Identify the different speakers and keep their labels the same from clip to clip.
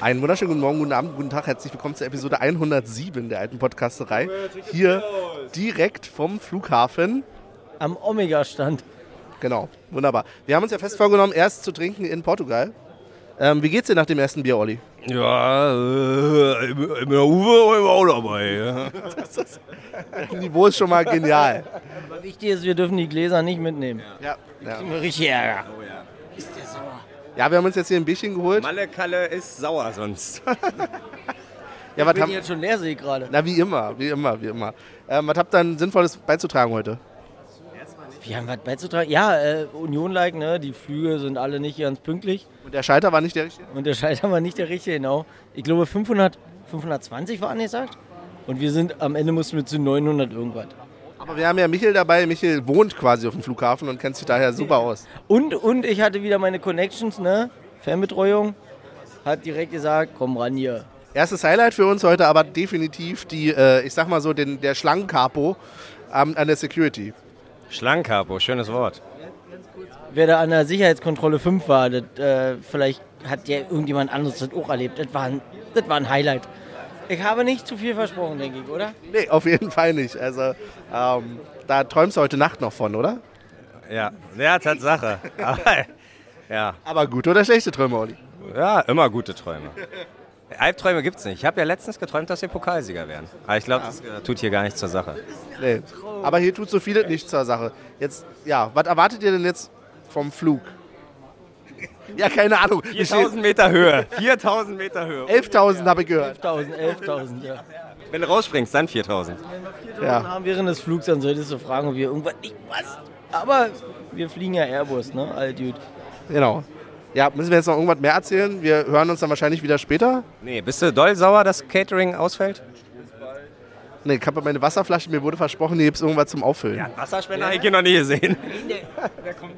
Speaker 1: Einen wunderschönen guten Morgen, guten Abend, guten Tag. Herzlich willkommen zur Episode 107 der alten Podcasterei. Hier direkt vom Flughafen.
Speaker 2: Am Omega-Stand.
Speaker 1: Genau, wunderbar. Wir haben uns ja fest vorgenommen, erst zu trinken in Portugal. Ähm, wie geht's dir nach dem ersten Bier, Olli?
Speaker 3: Ja, äh, im, im Uwe war ich auch dabei. Ja.
Speaker 1: Das Niveau ist schon mal genial.
Speaker 2: Aber wichtig ist, wir dürfen die Gläser nicht mitnehmen.
Speaker 1: Ja, ja.
Speaker 2: Kriegen wir richtig Ärger.
Speaker 3: Oh, ja.
Speaker 2: Ist der sauer?
Speaker 1: ja wir haben uns jetzt hier ein Bierchen geholt.
Speaker 3: Mallekalle ist sauer sonst.
Speaker 1: Ja, was
Speaker 2: Ich bin
Speaker 1: haben,
Speaker 2: jetzt schon leer, sehe ich gerade.
Speaker 1: na, wie immer, wie immer, wie immer. Ähm, was habt ihr denn Sinnvolles beizutragen heute?
Speaker 2: Wir haben was beizutragen. Ja, äh, Union-like, ne? Die Flüge sind alle nicht ganz pünktlich.
Speaker 1: Und der Schalter war nicht der richtige?
Speaker 2: Und der Schalter war nicht der richtige, genau. Ich glaube, 500, 520 war angesagt. Und wir sind am Ende mussten wir zu 900 irgendwas.
Speaker 1: Aber wir haben ja Michel dabei. Michel wohnt quasi auf dem Flughafen und kennt sich daher super aus.
Speaker 2: Und, und ich hatte wieder meine Connections, ne? Fernbetreuung. Hat direkt gesagt, komm ran hier.
Speaker 1: Erstes Highlight für uns heute aber definitiv die, äh, ich sag mal so, den, der Schlangenkapo am- an der Security.
Speaker 3: Schlangenkapo, schönes Wort.
Speaker 2: Wer da an der Sicherheitskontrolle 5 war, das, äh, vielleicht hat ja irgendjemand anderes das auch erlebt. Das war, ein, das war ein Highlight. Ich habe nicht zu viel versprochen, denke ich, oder?
Speaker 1: Nee, auf jeden Fall nicht. Also ähm, da träumst du heute Nacht noch von, oder?
Speaker 3: Ja, ja Tatsache. Aber, ja.
Speaker 1: Aber gute oder schlechte Träume, Olli?
Speaker 3: ja, immer gute Träume. Albträume gibt's nicht. Ich habe ja letztens geträumt, dass wir Pokalsieger werden. Aber ich glaube, das äh, tut hier gar nichts zur Sache.
Speaker 1: Nee. Aber hier tut so vieles nicht zur Sache. Jetzt, ja, was erwartet ihr denn jetzt vom Flug? Ja, keine Ahnung. Hier steht
Speaker 3: 4000 Meter Höhe. 4000 Meter Höhe.
Speaker 1: 11.000 habe ich gehört.
Speaker 2: 1000, 11.000, ja.
Speaker 3: Wenn du rausspringst, dann 4000.
Speaker 1: Ja.
Speaker 2: haben während des Flugs, dann solltest du fragen, ob hier irgendwas nicht passt. Aber wir fliegen ja Airbus, ne? All Dude.
Speaker 1: Genau. Ja, müssen wir jetzt noch irgendwas mehr erzählen? Wir hören uns dann wahrscheinlich wieder später.
Speaker 3: Nee, bist du doll sauer, dass Catering ausfällt?
Speaker 1: Nee, ich habe meine Wasserflasche, mir wurde versprochen, hier gibt es irgendwas zum Auffüllen.
Speaker 3: Wasserspender habe ich hier noch nie gesehen.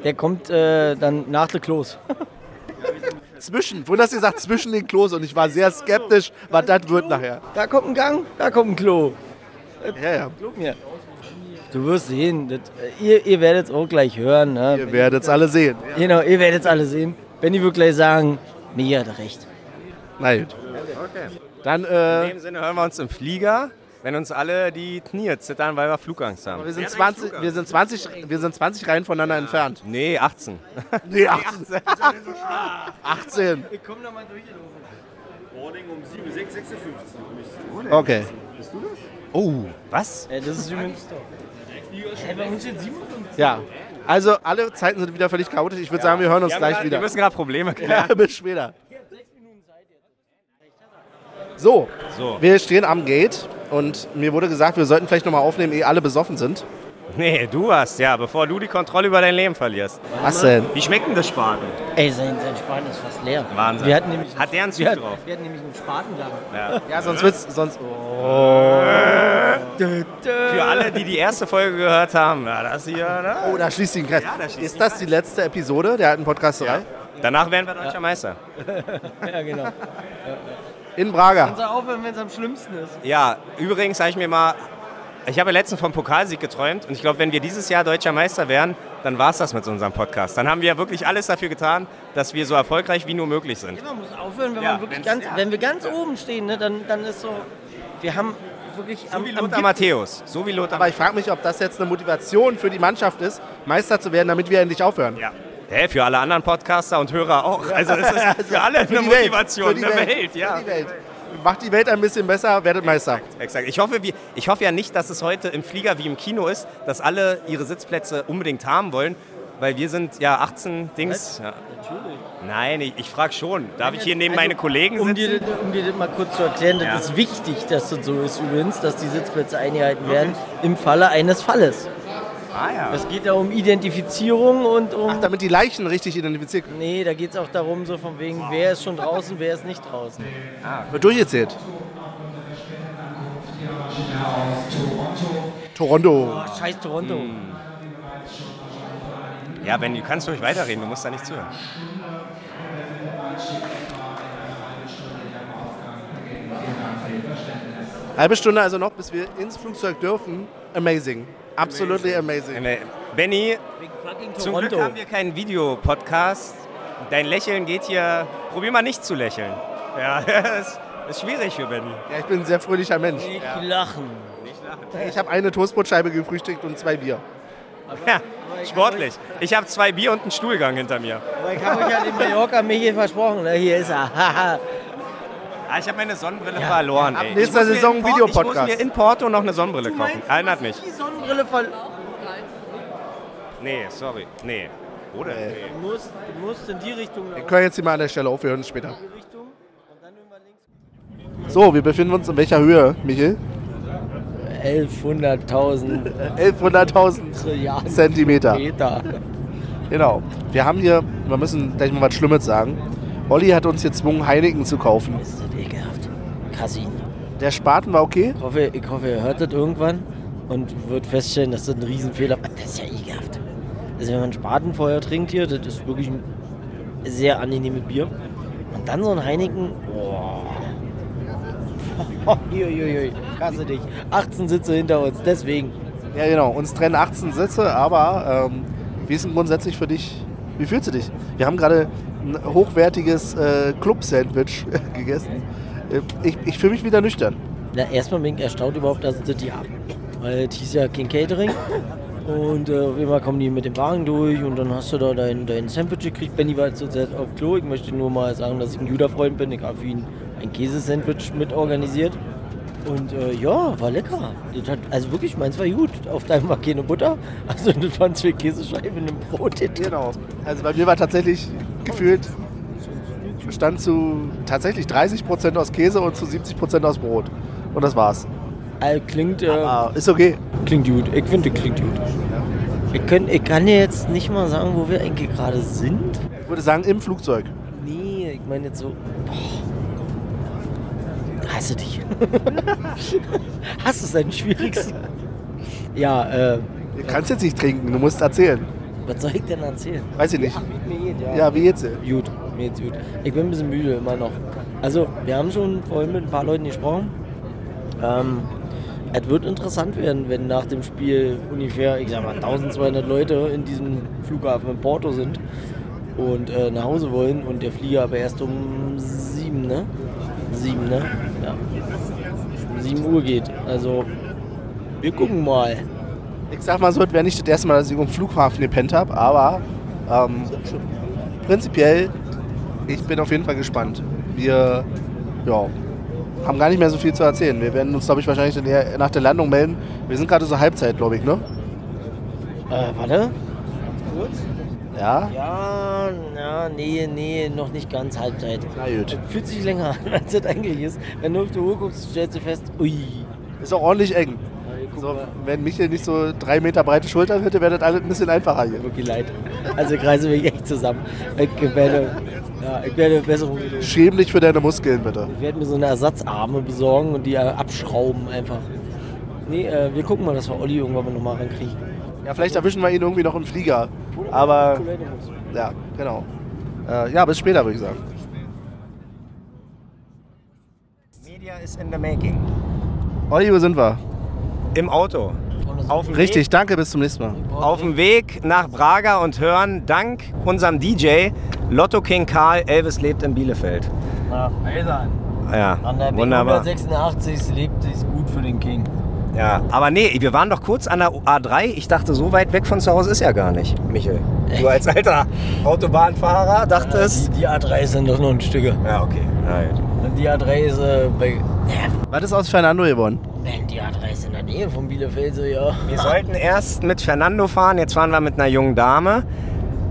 Speaker 2: Der kommt äh, dann nach der Klos.
Speaker 1: Zwischen, wurde das gesagt, zwischen den Klos und ich war sehr skeptisch, was das wird nachher.
Speaker 2: Da kommt ein Gang, da kommt ein Klo.
Speaker 1: Ja, ja.
Speaker 2: Glaub mir. Du wirst sehen, das, äh, ihr, ihr werdet es auch gleich hören. Ne?
Speaker 1: Ihr werdet es alle sehen.
Speaker 2: Genau, ihr werdet es alle sehen. Benny wird gleich sagen, Mia hat recht.
Speaker 1: Na gut. Dann,
Speaker 3: In
Speaker 1: äh,
Speaker 3: dem Sinne hören wir uns im Flieger, wenn uns alle die Knie zittern, weil wir Flugangst haben.
Speaker 1: wir sind, 20, wir, sind 20, wir sind 20 Reihen voneinander entfernt.
Speaker 3: Nee, 18.
Speaker 1: Nee, 18. 18.
Speaker 2: Ich komme nochmal durchgelaufen.
Speaker 3: um
Speaker 1: Okay.
Speaker 3: Oh, was?
Speaker 2: Äh, das ist übrigens. Äh, bei uns steht 57.
Speaker 1: Ja. Also, alle Zeiten sind wieder völlig chaotisch. Ich würde sagen, wir hören uns gleich
Speaker 3: Wir
Speaker 1: wieder.
Speaker 3: müssen gerade Probleme klären.
Speaker 1: Ja, bis später. So,
Speaker 3: So.
Speaker 1: wir stehen am Gate und mir wurde gesagt, wir sollten vielleicht nochmal aufnehmen, ehe alle besoffen sind.
Speaker 3: Nee, du hast ja, bevor du die Kontrolle über dein Leben verlierst.
Speaker 1: Was denn?
Speaker 3: Wie schmeckt denn das Spaten?
Speaker 2: Ey, sein, sein Spaten ist fast leer.
Speaker 3: Wahnsinn.
Speaker 2: Wir hatten nämlich
Speaker 3: Hat der einen Zug
Speaker 2: wir hatten,
Speaker 3: drauf?
Speaker 2: Wir hatten nämlich einen Spaten da.
Speaker 3: Ja.
Speaker 1: Ja, sonst wird's. Sonst, oh.
Speaker 3: Für alle, die die erste Folge gehört haben, ja, das hier, ne?
Speaker 1: Oh, da schließt sich ein Kreis.
Speaker 3: Ja, da schließt
Speaker 1: ist
Speaker 3: sich
Speaker 1: das die letzte Episode der alten Podcasterei?
Speaker 3: Danach werden wir deutscher Meister.
Speaker 2: Ja, genau.
Speaker 1: In Braga.
Speaker 2: Unser Aufwärmen, wenn es am schlimmsten ist.
Speaker 3: Ja, übrigens habe ich mir mal, ich habe ja letztens vom Pokalsieg geträumt und ich glaube, wenn wir dieses Jahr deutscher Meister wären, dann war es das mit unserem Podcast. Dann haben wir wirklich alles dafür getan, dass wir so erfolgreich wie nur möglich sind.
Speaker 2: Man muss aufhören, wenn,
Speaker 3: Ja,
Speaker 2: man wirklich
Speaker 3: wenn's-
Speaker 2: ganz,
Speaker 3: ja.
Speaker 2: wenn wir ganz oben stehen, ne, dann, dann ist so. Wir haben wirklich am,
Speaker 3: So wie
Speaker 2: am
Speaker 3: Lothar
Speaker 2: Gipfel-
Speaker 3: Matthäus. So wie Lothar
Speaker 1: Aber ich frage mich, ob das jetzt eine Motivation für die Mannschaft ist, Meister zu werden, damit wir endlich aufhören.
Speaker 3: Ja. Hä, für alle anderen Podcaster und Hörer auch. Also es ist für alle
Speaker 1: Für
Speaker 3: eine
Speaker 1: die
Speaker 3: Motivation,
Speaker 1: Welt. Für die
Speaker 3: eine
Speaker 1: Welt.
Speaker 3: Welt, ja.
Speaker 1: Für die Welt. Macht die Welt ein bisschen besser, werdet Meister.
Speaker 3: Exakt. Ich hoffe, wir, ich hoffe ja nicht, dass es heute im Flieger wie im Kino ist, dass alle ihre Sitzplätze unbedingt haben wollen, weil wir sind ja 18 Dings. Ja.
Speaker 2: Natürlich.
Speaker 3: Nein, ich, ich frage schon. Darf ich hier neben
Speaker 2: Also,
Speaker 3: meine Kollegen
Speaker 2: um
Speaker 3: sitzen?
Speaker 2: dir, das- um dir das mal kurz zu erklären, das
Speaker 3: Ja.
Speaker 2: ist wichtig, dass das so ist übrigens, dass die Sitzplätze eingehalten werden im Falle eines Falles.
Speaker 3: ah, ja.
Speaker 2: Es geht ja um Identifizierung und um...
Speaker 1: Ach, damit die Leichen richtig identifiziert können.
Speaker 2: nee, da geht es auch darum, so von wegen, wer ist schon draußen, wer ist nicht draußen.
Speaker 1: Wird durchgezählt. Toronto.
Speaker 2: Oh, scheiß Toronto.
Speaker 3: ja, Ben, du kannst ruhig weiterreden, du musst da nicht zuhören.
Speaker 1: Halbe Stunde also noch, bis wir ins Flugzeug dürfen. Amazing. Absolutely amazing.
Speaker 3: Benny,
Speaker 2: Wegen fucking
Speaker 3: zum Glück
Speaker 2: Toronto.
Speaker 3: haben wir keinen Videopodcast. Dein Lächeln geht hier. Probier mal nicht zu lächeln. Ja, das ist schwierig für Benny.
Speaker 1: Ja, ich bin ein sehr fröhlicher Mensch.
Speaker 2: Ich lachen.
Speaker 1: Ich habe eine Toastbrotscheibe gefrühstückt und zwei Bier.
Speaker 3: Ja, sportlich. Ich habe zwei Bier und einen Stuhlgang hinter mir.
Speaker 2: Aber ich habe euch ja den Mallorca Michi versprochen. Ne? Hier ist er.
Speaker 3: Ah, ich habe meine Sonnenbrille verloren.
Speaker 1: Ab
Speaker 3: ey.
Speaker 1: nächster
Speaker 3: Ich muss mir
Speaker 1: Saison
Speaker 3: in Por- Ich
Speaker 1: Videopodcast.
Speaker 3: muss mir in Porto noch eine Sonnenbrille kaufen.
Speaker 2: meinst, du
Speaker 3: Erinnert mich.
Speaker 2: Die Sonnenbrille verloren.
Speaker 3: Nee, sorry. Nee. Oder? Nee.
Speaker 2: Du musst, du musst in die Richtung
Speaker 1: Wir
Speaker 2: laufen.
Speaker 1: können jetzt hier mal an der Stelle auf, wir hören uns später.
Speaker 2: Die Richtung und dann über links.
Speaker 1: So, wir befinden uns in welcher Höhe, Michel? Äh,
Speaker 2: 1100.000
Speaker 1: 1100.000
Speaker 2: Trilliarden
Speaker 1: Zentimeter.
Speaker 2: Meter.
Speaker 1: Genau. Wir haben hier, wir müssen gleich mal was Schlimmes sagen. Olli hat uns gezwungen, Heineken zu kaufen.
Speaker 2: Ist das ekelhaft. Kassin.
Speaker 1: Der Spaten war okay.
Speaker 2: Ich hoffe, ich hoffe, ihr hört das irgendwann und wird feststellen, dass das ein Riesenfehler ist. Das ist ja ekelhaft. Also wenn man Spatenfeuer trinkt hier, das ist wirklich ein sehr angenehmes Bier. Und dann so ein Heineken. Boah. Uiuiui, kasse dich. 18 Sitze hinter uns, deswegen.
Speaker 1: Ja, genau. Uns trennen 18 Sätze, aber ähm, wie ist denn grundsätzlich für dich, wie fühlst du dich? Wir haben gerade ein hochwertiges äh, Club-Sandwich gegessen. Äh, Ich, ich fühle mich wieder nüchtern.
Speaker 2: Na, erstmal bin ich erstaunt überhaupt, dass sie das hier haben. Weil es hieß ja King Catering. Und äh, auf einmal kommen die mit dem Wagen durch und dann hast du da dein, dein Sandwich gekriegt. Benny war jetzt zurzeit auf Klo. Ich möchte nur mal sagen, dass ich ein Juda-Freund bin. Ich habe für ihn ein Käsesandwich mit organisiert. Und äh, ja, war lecker. Das hat, also wirklich, meins war gut. Auf deinem war keine Butter. Also das waren zwei Käsescheiben in einem Brot. Das-
Speaker 1: Genau. Also bei mir war tatsächlich gefühlt, stand zu tatsächlich 30% aus Käse und zu 70% aus Brot. Und das war's.
Speaker 2: Also, klingt, äh,
Speaker 1: Ah, ist okay.
Speaker 2: klingt gut. Ich finde, klingt gut. Ich, könnt, ich kann dir jetzt nicht mal sagen, wo wir eigentlich gerade sind.
Speaker 1: Ich würde sagen, im Flugzeug.
Speaker 2: Nee, ich meine jetzt so. Boah. Hasse dich. Hass ist dein schwierigsten. Ja, äh,
Speaker 1: Du kannst jetzt nicht trinken, du musst erzählen.
Speaker 2: was soll ich denn erzählen?
Speaker 1: Weiß ich nicht.
Speaker 2: Wie mir geht,
Speaker 1: Ja, wie jetzt?
Speaker 2: Gut, mir geht's gut. Ich bin ein bisschen müde immer noch. Also, wir haben schon vorhin mit ein paar Leuten gesprochen. Ähm, es wird interessant werden, wenn nach dem Spiel ungefähr, ich sag mal, 1200 Leute in diesem Flughafen in Porto sind und äh, nach Hause wollen und der Flieger aber erst um 7, ne? 7, ne? Ja. Um 7 Uhr geht. Also, wir gucken mal.
Speaker 1: Ich sag mal so, es wäre nicht das erste Mal, dass ich im Flughafen gepennt habe, aber ähm, prinzipiell, ich bin auf jeden Fall gespannt. Wir ja, haben gar nicht mehr so viel zu erzählen. Wir werden uns, glaube ich, wahrscheinlich dann eher nach der Landung melden. Wir sind gerade so Halbzeit, glaube ich, ne?
Speaker 2: Äh, warte. Kurz?
Speaker 1: Ja?
Speaker 2: Ja, na, nee, nee, noch nicht ganz Halbzeit.
Speaker 1: Na gut.
Speaker 2: Fühlt sich länger an, als es eigentlich ist. Wenn du auf die Uhr guckst, stellst du fest, ui.
Speaker 1: Ist auch ordentlich eng. So,
Speaker 2: So.
Speaker 1: wenn Michael nicht so drei Meter breite Schultern hätte, wäre das alles ein bisschen einfacher hier.
Speaker 2: Wirklich leid. Also kreise mich echt zusammen. Ich werde, ja, ich werde Besserung gelobt.
Speaker 1: Schäm dich für deine Muskeln, bitte.
Speaker 2: Ich werde mir so eine Ersatzarme besorgen und die äh, abschrauben einfach. Nee, äh, wir gucken mal, dass wir Olli irgendwann mal nochmal rankriegen.
Speaker 1: Ja, vielleicht erwischen wir ihn irgendwie noch im Flieger. Aber ja, genau. Äh, ja, bis später, würde ich sagen.
Speaker 3: Media is in the making.
Speaker 1: Olli, wo sind wir?
Speaker 3: Im Auto. Auf dem
Speaker 1: Richtig, danke, bis zum nächsten Mal.
Speaker 3: Auf dem Weg nach Braga und Hörn, dank unserem DJ Lotto King Karl, Elvis lebt in Bielefeld.
Speaker 2: Ja, an
Speaker 3: Ja,
Speaker 2: der
Speaker 3: wunderbar.
Speaker 2: 186 lebt es gut für den King.
Speaker 3: Ja, aber nee, wir waren doch kurz an der A3. Ich dachte, so weit weg von zu Hause ist ja gar nicht, Michel. Du als alter Autobahnfahrer dachtest.
Speaker 2: Die, die A3 sind doch nur ein Stücke.
Speaker 3: Ja, okay. Na gut.
Speaker 2: Und die A3 ist äh, bei. Ja,
Speaker 1: Was ist aus Fernando geworden?
Speaker 2: Wenn die Adresse in der Nähe von Bielefeld so, ja.
Speaker 3: Wir sollten erst mit Fernando fahren, jetzt fahren wir mit einer jungen Dame.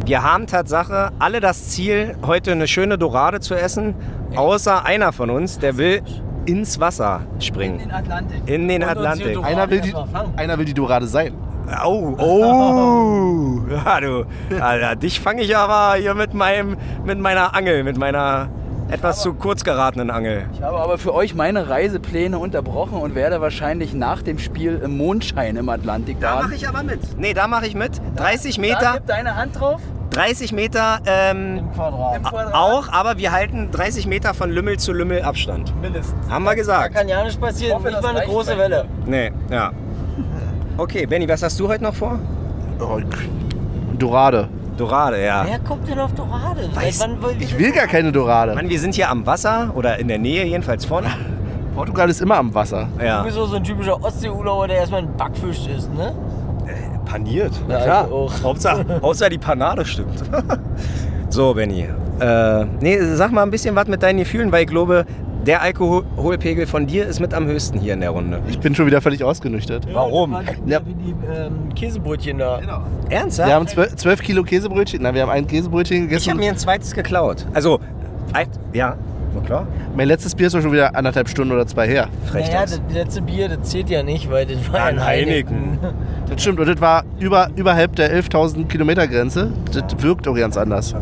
Speaker 3: Wir haben Tatsache alle das Ziel, heute eine schöne Dorade zu essen, außer einer von uns, der will ins Wasser springen.
Speaker 2: Atlantik.
Speaker 3: In den
Speaker 2: Und uns
Speaker 3: Atlantik.
Speaker 2: hier
Speaker 1: Einer will, die,
Speaker 2: erstmal fangen.
Speaker 1: einer will die Dorade sein.
Speaker 3: Oh, oh. Ja, du. Alter, dich fange ich aber hier mit, meinem, mit meiner Angel, mit meiner etwas zu kurz geratenen Angel.
Speaker 4: Ich habe aber für euch meine Reisepläne unterbrochen und werde wahrscheinlich nach dem Spiel im Mondschein im Atlantik baden.
Speaker 3: ich aber mit. Nee, da mache ich mit. 30
Speaker 4: Da
Speaker 3: Meter,
Speaker 4: gib deine Hand drauf.
Speaker 3: 30 Meter ähm,
Speaker 2: Im Quadrat.
Speaker 4: Quadrat.
Speaker 3: auch, aber wir halten 30 Meter von Lümmel zu Lümmel Abstand.
Speaker 4: Mindestens.
Speaker 3: Haben wir gesagt.
Speaker 2: Kann ja nicht passieren,
Speaker 4: Hoffe,
Speaker 2: nicht
Speaker 4: das
Speaker 2: mal eine
Speaker 4: reicht
Speaker 2: große
Speaker 4: bei
Speaker 2: Welle.
Speaker 3: Nee, ja. Okay, Benny, was hast du heute noch vor?
Speaker 1: Oh, Dorade.
Speaker 3: Dorade, ja.
Speaker 2: Wer kommt denn auf Dorade?
Speaker 3: Weiß
Speaker 2: Seit wann wollen wir
Speaker 1: Ich
Speaker 2: denn-
Speaker 1: will gar keine Dorade.
Speaker 3: Mann, wir sind hier am Wasser oder in der Nähe jedenfalls von.
Speaker 1: Portugal ist immer am Wasser.
Speaker 3: Ja.
Speaker 2: Sowieso so ein typischer Ostseeurlauber, der erstmal ein Backfisch ist, ne?
Speaker 3: Paniert.
Speaker 2: Ja,
Speaker 3: klar.
Speaker 2: ich auch.
Speaker 3: Hauptsache, Hauptsache die Panade stimmt. so, Benny. Äh, nee, sag mal ein bisschen was mit deinen Gefühlen, weil ich glaube, der Alkoholpegel von dir ist mit am höchsten hier in der Runde.
Speaker 1: Ich bin schon wieder völlig ausgenüchtert.
Speaker 3: Warum?
Speaker 1: Ja.
Speaker 2: Wie die ähm, Käsebrötchen da.
Speaker 3: Ernsthaft?
Speaker 1: Wir haben 12, 12 Kilo Käsebrötchen. Na, wir haben ein Käsebrötchen
Speaker 3: ich habe
Speaker 1: gegessen.
Speaker 3: mir ein zweites geklaut. Also, ein, ja, na klar.
Speaker 1: Mein letztes Bier ist doch schon wieder anderthalb Stunden oder zwei her.
Speaker 3: Frech
Speaker 2: Naja,
Speaker 3: das.
Speaker 2: das letzte Bier, das zählt ja nicht, weil das war ja ein
Speaker 3: Ein Heineken.
Speaker 2: Heineken.
Speaker 1: Das stimmt. Und das war über, überhalb der 11.000 Kilometer Grenze. Das wirkt auch ganz anders.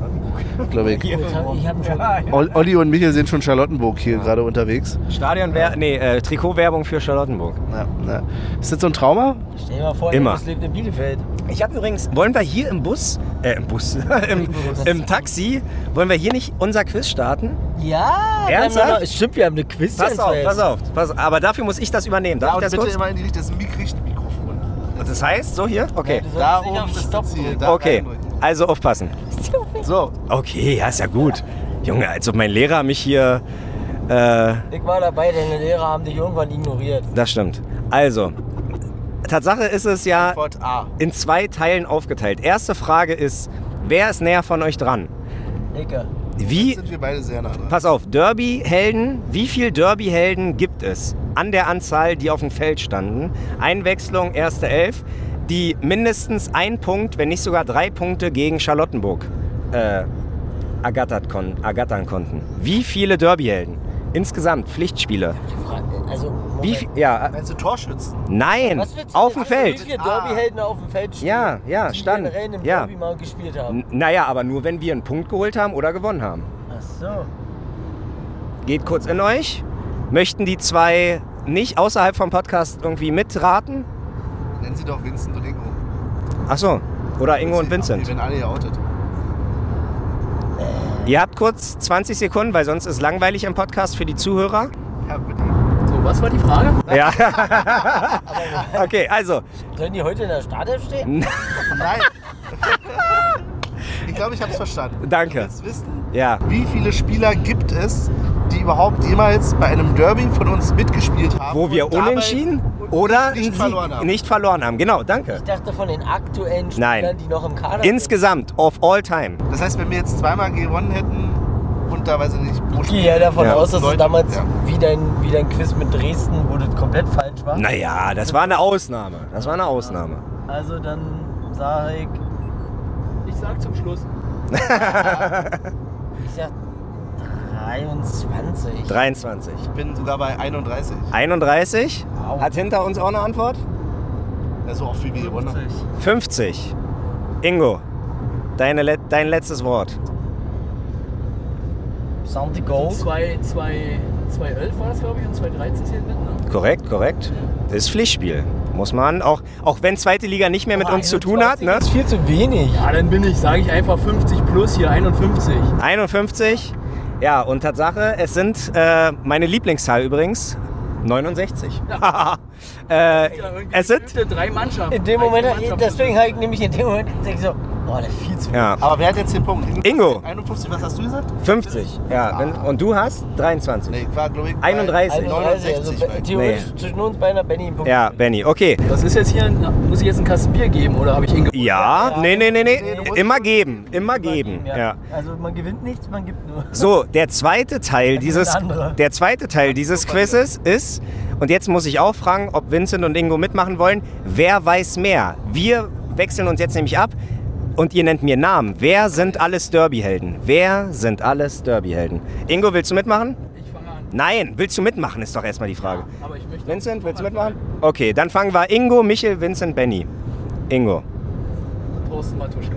Speaker 1: Glaube ich.
Speaker 2: Ich hab, ich hab schon
Speaker 1: Ol- Olli und Michael sind schon Charlottenburg hier gerade unterwegs.
Speaker 3: Stadion, Oh, nee, äh, Trikotwerbung für Charlottenburg.
Speaker 1: Ja, ja. Ist das so ein Trauma?
Speaker 2: Stell dir mal vor,
Speaker 3: Immer.
Speaker 2: Elvis lebt in Bielefeld.
Speaker 3: Ich habe übrigens, wollen wir hier im Bus, äh, im Bus, im, im Taxi, wollen wir hier nicht unser Quiz starten?
Speaker 2: Ja, dann-
Speaker 3: Ernsthaft?
Speaker 2: Stimmt, wir haben eine Quiz.
Speaker 3: Pass auf, pass auf, pass auf. Aber dafür muss ich das übernehmen. Darf ich das kurz?
Speaker 1: in die Richtung des Mikrofon.
Speaker 3: Das heißt, so hier? Okay.
Speaker 1: Da oben ist
Speaker 2: Stopp
Speaker 1: das Ziel.
Speaker 2: drücken.
Speaker 1: Da
Speaker 3: Okay,
Speaker 1: reindrücken.
Speaker 3: also aufpassen.
Speaker 1: So,
Speaker 3: Okay, ja, ist ja gut. Junge, als ob mein Lehrer mich hier. Äh,
Speaker 2: Ich war dabei, deine Lehrer haben dich irgendwann ignoriert.
Speaker 3: das stimmt. Also, Tatsache ist es ja
Speaker 1: Wort A.
Speaker 3: in zwei Teilen aufgeteilt. Erste Frage ist, wer ist näher von euch dran?
Speaker 2: Ecke.
Speaker 3: Wie,
Speaker 1: Sind wir beide sehr nah dran.
Speaker 3: pass auf, Derby-Helden, wie viel Derby-Helden gibt es an der Anzahl, die auf dem Feld standen? Einwechslung, erste Elf, die mindestens ein Punkt, wenn nicht sogar drei Punkte gegen Charlottenburg äh, ergattert kon ergattern konnten. Wie viele Derby-Helden? Insgesamt, Pflichtspiele.
Speaker 2: Die Frage- Also, Moment.
Speaker 3: Wie viel, ja, äh,
Speaker 1: Meinst du Torschützen?
Speaker 3: nein,
Speaker 2: Was willst du
Speaker 3: auf
Speaker 2: denn
Speaker 3: dem
Speaker 2: sagen?
Speaker 3: Feld. Ah.
Speaker 2: Wie viele Derby-Helden auf dem Feld stehen?
Speaker 3: Ja, ja,
Speaker 2: die
Speaker 3: stand.
Speaker 2: generell im
Speaker 3: Ja.
Speaker 2: Derby mal gespielt haben.
Speaker 3: N- Naja, aber nur wenn wir einen Punkt geholt haben oder gewonnen haben.
Speaker 2: Ach so.
Speaker 3: Geht kurz in euch. Möchten die zwei nicht außerhalb vom Podcast irgendwie mitraten?
Speaker 1: Nennen sie doch Vincent und Ingo.
Speaker 3: Ach so. Oder Ingo und Vincent.
Speaker 1: Wenn alle hier outet.
Speaker 3: Ihr habt kurz 20 Sekunden, weil sonst ist langweilig im Podcast für die Zuhörer.
Speaker 4: So, was war die Frage?
Speaker 3: Ja. okay, also.
Speaker 2: Sollen die heute in der Startelf stehen?
Speaker 1: Nein. ich glaube, ich habe es verstanden.
Speaker 3: Danke.
Speaker 1: Du willst wissen,
Speaker 3: Ja.
Speaker 1: wie viele Spieler gibt es, die überhaupt jemals bei einem Derby von uns mitgespielt haben?
Speaker 3: Wo wir
Speaker 1: und dabei
Speaker 3: unentschieden
Speaker 1: und
Speaker 3: oder
Speaker 1: nicht
Speaker 3: einen Sieg
Speaker 1: verloren haben?
Speaker 3: nicht verloren haben. Genau, danke.
Speaker 2: Ich dachte von den aktuellen Spielern,
Speaker 3: Nein.
Speaker 2: die noch im Kader sind.
Speaker 3: Insgesamt, of all time.
Speaker 1: Das heißt, wenn wir jetzt zweimal gewonnen hätten und da weiß ich nicht, pro
Speaker 2: Ich gehe ja davon
Speaker 3: Ja.
Speaker 2: aus, dass
Speaker 1: Leute,
Speaker 2: du damals
Speaker 1: ja.
Speaker 2: wie, dein, wie dein Quiz mit Dresden, wo das komplett falsch war.
Speaker 3: Naja, das war eine Ausnahme. Das war eine Ausnahme.
Speaker 2: Also dann sage ich,
Speaker 4: Ich sag zum Schluss.
Speaker 2: ich sag 23.
Speaker 3: 23.
Speaker 1: Ich bin sogar bei 31.
Speaker 3: 31.
Speaker 2: Wow.
Speaker 3: Hat hinter uns auch eine Antwort?
Speaker 1: Das ist so oft wie wir gewonnen haben.
Speaker 3: 50. Ingo, deine Let dein letztes Wort.
Speaker 2: Santi Gold.
Speaker 4: 2011 war das, glaube ich, und 2013 ist hier hinten. ne?
Speaker 3: Korrekt, korrekt. Ist Pflichtspiel. Muss man, auch, auch wenn zweite Liga nicht
Speaker 1: Ah,
Speaker 3: mehr mit uns zu tun hat. Ne?
Speaker 2: Das ist viel zu wenig.
Speaker 4: Ja, Ah, dann bin ich, sage ich einfach 50 plus hier, 51.
Speaker 3: 51. Ja, und Tatsache, es sind äh, meine Lieblingszahl übrigens. 69. äh, es sind.
Speaker 4: Gefühlte drei Mannschaften.
Speaker 2: In dem
Speaker 4: Drei
Speaker 2: Moment,
Speaker 4: Mannschaften.
Speaker 2: deswegen habe ich nämlich in dem Moment denke ich so, boah, das ist viel zu wenig.
Speaker 3: Ja,
Speaker 1: Aber wer hat jetzt den Punkt?
Speaker 3: Ingo.
Speaker 1: 51, was hast du gesagt? Ah,
Speaker 3: 50. Ja, wenn, und du hast 23.
Speaker 1: Nee, ich war, glaube ich, bei
Speaker 3: 31.
Speaker 2: 31,
Speaker 1: 69.
Speaker 2: also theoretisch zwischen uns beinahe Benny im Punkt.
Speaker 3: Ja, Benny, okay.
Speaker 4: Das ist jetzt hier, ein- na, muss ich jetzt ein Kastenbier geben oder habe ich ihn ge-
Speaker 3: Ja, nee, nee, nee,
Speaker 1: Nee,
Speaker 3: nee.
Speaker 1: du musst-
Speaker 3: Immer geben, immer geben.
Speaker 2: Ja.
Speaker 3: Ja.
Speaker 2: Also man gewinnt nichts, man gibt nur.
Speaker 3: So, der zweite Teil dieses,
Speaker 2: eine andere.
Speaker 3: der zweite Teil dieses Quizzes ist, und jetzt muss ich auch fragen, ob Vincent und Ingo mitmachen wollen, wer weiß mehr? Wir wechseln uns jetzt nämlich ab und ihr nennt mir Namen. Wer sind alles Derby-Helden? Wer sind alles Derby-Helden? Ingo, willst du mitmachen?
Speaker 4: Ich fange an.
Speaker 3: Nein, willst du mitmachen, ist doch erstmal die Frage.
Speaker 4: Aber ich möchte.
Speaker 3: Vincent, willst du mitmachen? Okay, dann fangen wir Ingo, Michel, Vincent, Benny. Ingo,
Speaker 4: Thorsten Matuschka.